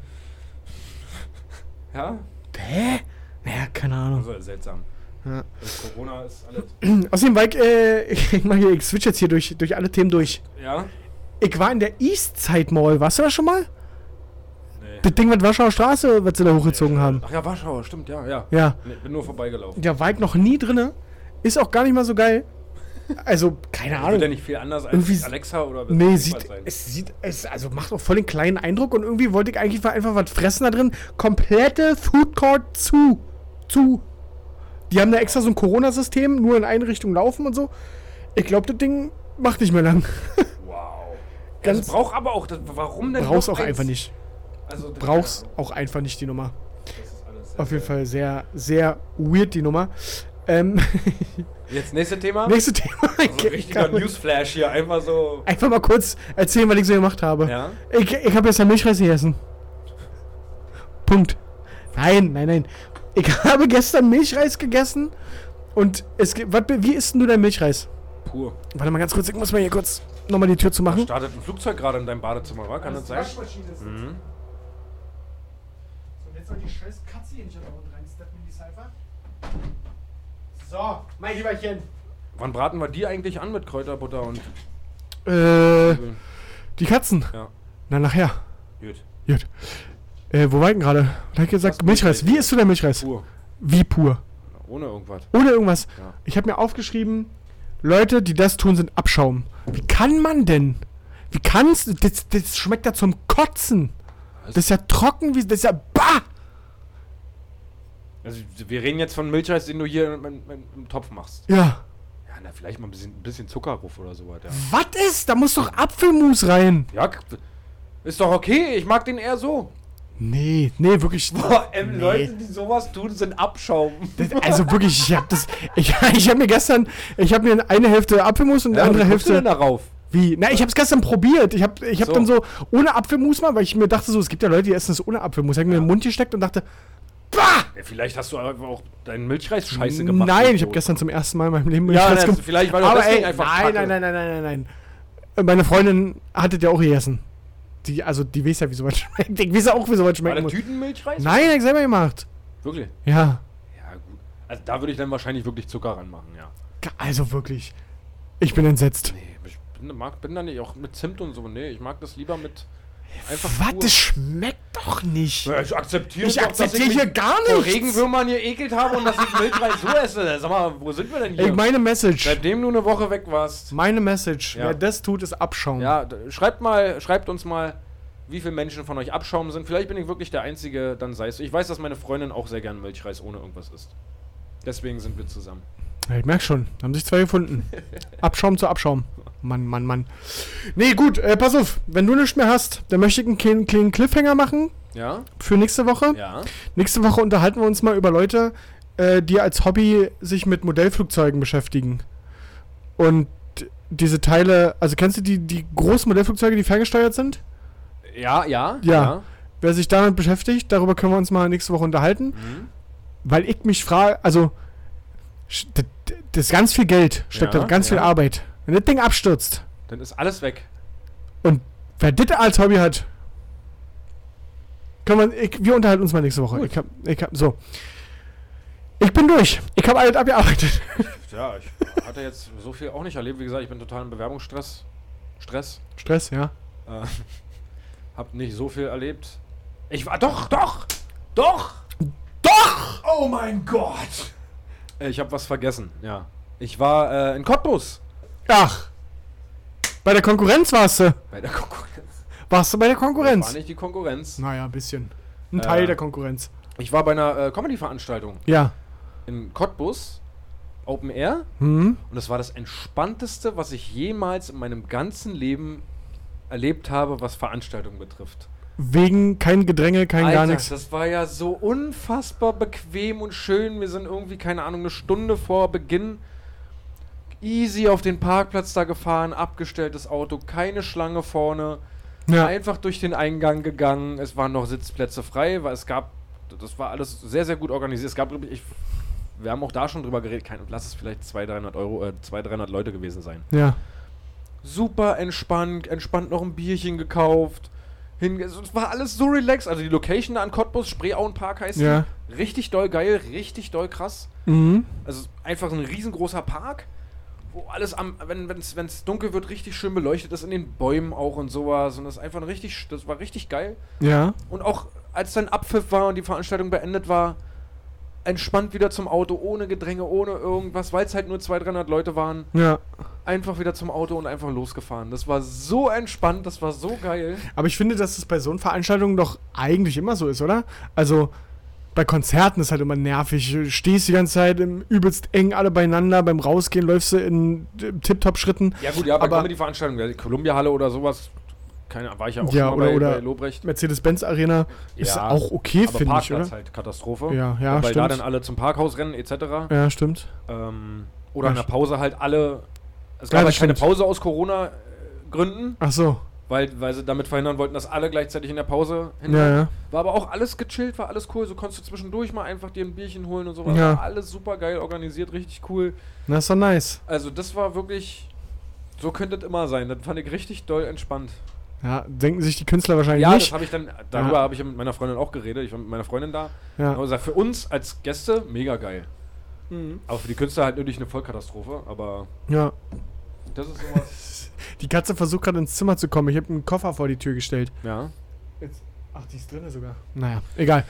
Ja? Hä? Naja, keine Ahnung. Also seltsam. Ja. Das Corona ist alles. Außerdem, Mike, äh, <laughs> ich, mach hier, ich switch jetzt hier durch, durch alle Themen durch. Ja? Ich war in der Eastside Mall, warst du da schon mal? Nee. Das Ding, was Warschauer Straße, was sie da hochgezogen haben. Ach ja, Warschau, stimmt, ja, ja. Ja. Nee, bin nur vorbeigelaufen. Da war ich noch nie drinne. Ist auch gar nicht mal so geil. Also, keine Wird ja Ahnung. nicht viel anders Irgendwie als s- Alexa oder wird Nee, das sieht, sein? es sieht, es also macht auch voll den kleinen Eindruck und irgendwie wollte ich eigentlich einfach was fressen da drin. Komplette Food Court zu. Zu. Die haben da extra so ein Corona-System, nur in eine Richtung laufen und so. Ich glaube, das Ding macht nicht mehr lang. Wow. Ganz- das braucht aber auch. Das, warum denn? Brauchst noch auch eins? einfach nicht. Also, das- Brauchst auch einfach nicht die Nummer. Das ist alles sehr- Auf jeden Fall sehr, sehr weird die Nummer. Ähm, <laughs> Jetzt nächstes Thema. nächstes Thema. So Also ein richtiger Newsflash hier. Einfach so. Einfach mal kurz erzählen, was ich so gemacht habe. Ja. Ich, ich habe gestern Milchreis gegessen. Punkt. Nein, nein, nein. Ich <laughs> habe gestern Milchreis gegessen und es gibt. wat- Wie isst denn du dein Milchreis? Pur. Warte mal ganz kurz, ich muss mal hier kurz nochmal die Tür zu machen. Startet ein Flugzeug gerade in deinem Badezimmer, war? Kann Also, das sein? Mhm. So, mein Lieberchen. Wann braten wir die eigentlich an mit Kräuterbutter und. Äh, die Katzen. Ja. Na, nachher. Gut. Gut. Äh, wo war ich denn gerade? Da hab ich gesagt, Was Milchreis. Milchreis? Wie isst du dein Milchreis? Pur. Wie pur. Ohne irgendwas. Ohne irgendwas. Ja. Ich habe mir aufgeschrieben, Leute, die das tun, sind Abschaum. Wie kann man denn? Wie kannst du? Das, das schmeckt ja zum Kotzen. Das ist ja trocken, wie das ist ja bah. Also, wir reden jetzt von Milchreis, den du hier im, im, im Topf machst. Ja. Ja, na, vielleicht mal ein bisschen, ein bisschen Zuckerruf oder sowas, ja. Was ist? Da muss doch Apfelmus rein. Ja, k- ist doch okay. Ich mag den eher so. Nee, nee, wirklich. Boah, ähm, Leute, die sowas tun, sind Abschaum. Das, also wirklich, ich habe das ich, <laughs> ich habe mir gestern, ich habe mir eine Hälfte Apfelmus und die andere wie kommst du Hälfte denn darauf? Wie? Na, ich hab's gestern probiert. Ich hab, ich hab So. dann so ohne Apfelmus mal, weil ich mir dachte so, es gibt ja Leute, die essen das ohne Apfelmus. Ich hab mir in den Mund gesteckt und dachte, bah! Ja, vielleicht hast du einfach auch deinen Milchreis scheiße gemacht. Nein, ich Idiot. habe gestern zum ersten Mal in meinem Leben Ja, Milchreis das, gem- vielleicht war doch Aber deswegen ey, einfach Kacke. nein, nein, nein, nein, nein, nein, nein. Meine Freundin hatte ja auch gegessen. Die, also die weiß ja, wie sowas <laughs> schmeckt. Ich weiß ja auch, wie sowas War schmeckt. der Nein, Tütenmilchreis? hab ich selber gemacht. Wirklich? Ja. Ja, gut. Also da würde ich dann wahrscheinlich wirklich Zucker ranmachen, ja. Also wirklich. Ich bin entsetzt. Nee, ich bin, mag, bin da nicht auch mit Zimt und so. Nee, ich mag das lieber mit einfach Was? pur. Das schmeckt doch nicht. Ja, ich akzeptiere Ich doch, akzeptiere hier gar vor nichts. Regenwürmern geekelt habe und dass ich Milchreis so esse. Sag mal, wo sind wir denn hier? Ey, meine Message. Seitdem du eine Woche weg warst. Meine Message, Ja. wer das tut, ist Abschaum. Ja, d- schreibt mal, schreibt uns mal, wie viele Menschen von euch Abschaum sind. Vielleicht bin ich wirklich der Einzige, dann sei es. so. Ich weiß, dass meine Freundin auch sehr gern Milchreis ohne irgendwas isst. Deswegen sind wir zusammen. Ja, ich merk schon, da haben sich zwei gefunden. Abschaum zu Abschaum. Mann, Mann, Mann. Nee, gut, äh, pass auf, wenn du nichts mehr hast, dann möchte ich einen kleinen, kleinen Cliffhanger machen Ja? für nächste Woche. Ja. Nächste Woche unterhalten wir uns mal über Leute, äh, die als Hobby sich mit Modellflugzeugen beschäftigen. Und diese Teile, also kennst du die, die großen Modellflugzeuge, die ferngesteuert sind? Ja, ja. Ja. Wer sich damit beschäftigt, darüber können wir uns mal nächste Woche unterhalten. Mhm. Weil ich mich frage, also sch- d- d- das ist ganz viel Geld, steckt Ja, da ganz viel ja. Arbeit. Wenn das Ding abstürzt Dann ist alles weg. und wer das als Hobby hat, können wir, ich, wir unterhalten uns mal nächste Woche. Gut. Ich hab, ich hab, so. Ich bin durch. Ich habe alles abgearbeitet. Ja, ich hatte jetzt so viel auch nicht erlebt. Wie gesagt, ich bin total im Bewerbungsstress. <laughs> Stress. Stress, ja. Äh, hab nicht so viel erlebt. Ich war. Doch, doch! Doch! Doch! Oh mein Gott! Äh, Ich hab was vergessen, ja. Ich war äh, in Cottbus. Ach. Bei der Konkurrenz warst du. Bei der Konkurrenz. Warst du bei der War Konkurrenz? nicht die Konkurrenz. Naja, ein bisschen. Ein Teil Äh. der Konkurrenz. Ich war bei einer äh, Comedy-Veranstaltung Ja. in Cottbus, Open Air, Hm? und es war das entspannteste, was ich jemals in meinem ganzen Leben erlebt habe, was Veranstaltungen betrifft. Wegen kein Gedränge, kein gar nichts. das war ja so unfassbar bequem und schön. Wir sind irgendwie, keine Ahnung, eine Stunde vor Beginn easy auf den Parkplatz da gefahren, abgestelltes Auto, keine Schlange vorne. Ja. einfach durch den Eingang gegangen. Es waren noch Sitzplätze frei, weil es gab, das war alles sehr, sehr gut organisiert. Es gab, glaub ich, wir haben auch da schon drüber geredet, kein, lass es vielleicht 200, 300 Euro, äh, 200, 300 Leute gewesen sein. Ja. Super entspannt, entspannt noch ein Bierchen gekauft. Hinge es war alles so relaxed. Also die Location da an Cottbus, Spreeauenpark heißt die. Ja. Richtig doll geil, richtig doll krass. Mhm. Also einfach ein riesengroßer Park, wo alles am, wenn es wenn's dunkel wird, richtig schön beleuchtet ist in den Bäumen auch und sowas. Und das ist einfach ein richtig, das war richtig geil. Ja. Und auch als dann Abpfiff war und die Veranstaltung beendet war, entspannt wieder zum Auto, ohne Gedränge, ohne irgendwas, weil es halt nur 200, 300 Leute waren. Ja. Einfach wieder zum Auto und einfach losgefahren. Das war so entspannt, das war so geil. Aber ich finde, dass das bei so einen Veranstaltungen doch eigentlich immer so ist, oder? Also bei Konzerten ist halt immer nervig. Du stehst die ganze Zeit im übelst eng alle beieinander. Beim Rausgehen läufst du in äh, Tip-Top-Schritten. Ja, gut, ja, bei Aber- Comedy-Veranstaltungen, ja, die Columbia-Halle oder sowas, keine, war ich ja auch Ja, schon oder- mal bei, oder- bei Lobrecht. Mercedes-Benz-Arena ist Ja, auch okay, aber finde ich, Parkplatz oder? halt Katastrophe. Ja, ja, weil da stimmt. dann alle zum Parkhaus rennen, etc. Ja, stimmt. Ähm, oder Ja, in der st- Pause halt alle. Es Ja, gab das halt keine stimmt. Pause aus Corona-Gründen, Ach so. weil, weil sie damit verhindern wollten, dass alle gleichzeitig in der Pause hin. Ja, ja. War aber auch alles gechillt, war alles cool. So konntest du zwischendurch mal einfach dir ein Bierchen holen und sowas. Ja. War alles super geil organisiert, richtig cool. Na, ist doch nice. Also, das war wirklich. So könnte es immer sein. Das fand ich richtig doll entspannt. Ja, denken sich die Künstler wahrscheinlich Ja, das nicht. habe ich dann, darüber Ja. habe ich mit meiner Freundin auch geredet. Ich war mit meiner Freundin da. Ja. Aber gesagt, für uns als Gäste mega geil. Aber für die Künstler halt natürlich eine Vollkatastrophe. Aber ja. das ist <laughs> sowas. Die Katze versucht gerade ins Zimmer zu kommen. Ich habe einen Koffer vor die Tür gestellt. ja. Ach, die ist drinne sogar. Naja, egal.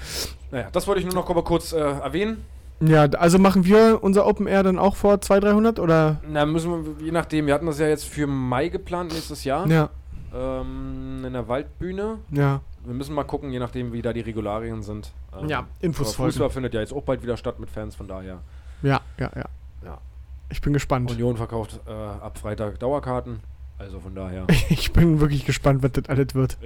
Naja, das wollte ich nur noch mal kurz äh, erwähnen. Ja, d- also machen wir unser Open Air dann auch vor 200, 300 oder? Na, müssen wir, je nachdem, wir hatten das ja jetzt für Mai geplant, nächstes Jahr. Ja, Ähm, in der Waldbühne. ja. Wir müssen mal gucken, je nachdem, wie da die Regularien sind. Ähm, Ja, Infos aber Fußball folgen. findet ja jetzt auch bald wieder statt mit Fans, von daher. Ja, ja, ja. Ja. Ich bin gespannt. Union verkauft äh, ab Freitag Dauerkarten. Also von daher. <laughs> Ich bin wirklich gespannt, was das alles wird.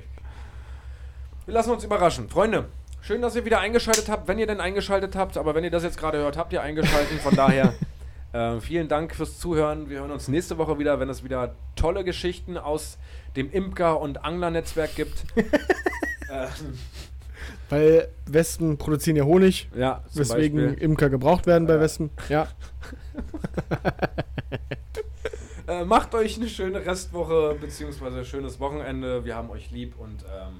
Wir lassen uns überraschen. Freunde, schön, dass ihr wieder eingeschaltet habt, wenn ihr denn eingeschaltet habt. Aber wenn ihr das jetzt gerade hört, habt ihr eingeschaltet. Von daher, äh, vielen Dank fürs Zuhören. Wir hören uns nächste Woche wieder, wenn es wieder tolle Geschichten aus dem Imker- und Anglernetzwerk gibt. ähm, Weil Wespen produzieren ja Honig, ja, zum weswegen Beispiel. Imker gebraucht werden bei Ja. Wespen. Ja. Äh, macht euch eine schöne Restwoche bzw. schönes Wochenende. Wir haben euch lieb und ähm,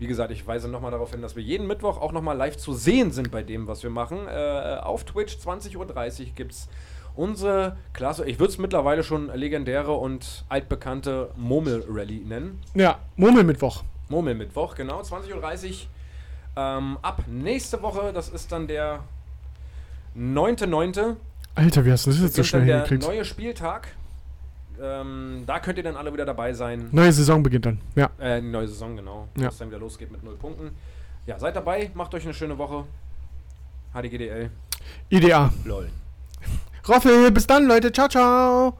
wie gesagt, ich weise nochmal darauf hin, dass wir jeden Mittwoch auch nochmal live zu sehen sind bei dem, was wir machen. Äh, auf Twitch 20.30 Uhr gibt es unsere Klasse, ich würde es mittlerweile schon legendäre und altbekannte Murmel-Rally nennen. Ja, Murmelmittwoch. Murmelmittwoch, genau, 20.30 Uhr. Ähm, ab nächste Woche, das ist dann der 9.9. Alter, wie hast du das jetzt Das so ist dann schnell der hingekriegt? neue Spieltag. Ähm, da könnt ihr dann alle wieder dabei sein. Neue Saison beginnt dann. Ja. Äh, die neue Saison, genau. Hm. Ja. Dass dann wieder losgeht mit null Punkten. Ja, seid dabei, macht euch eine schöne Woche. HDGDL. IDA. LOL. Roffel, bis dann, Leute. Ciao, ciao.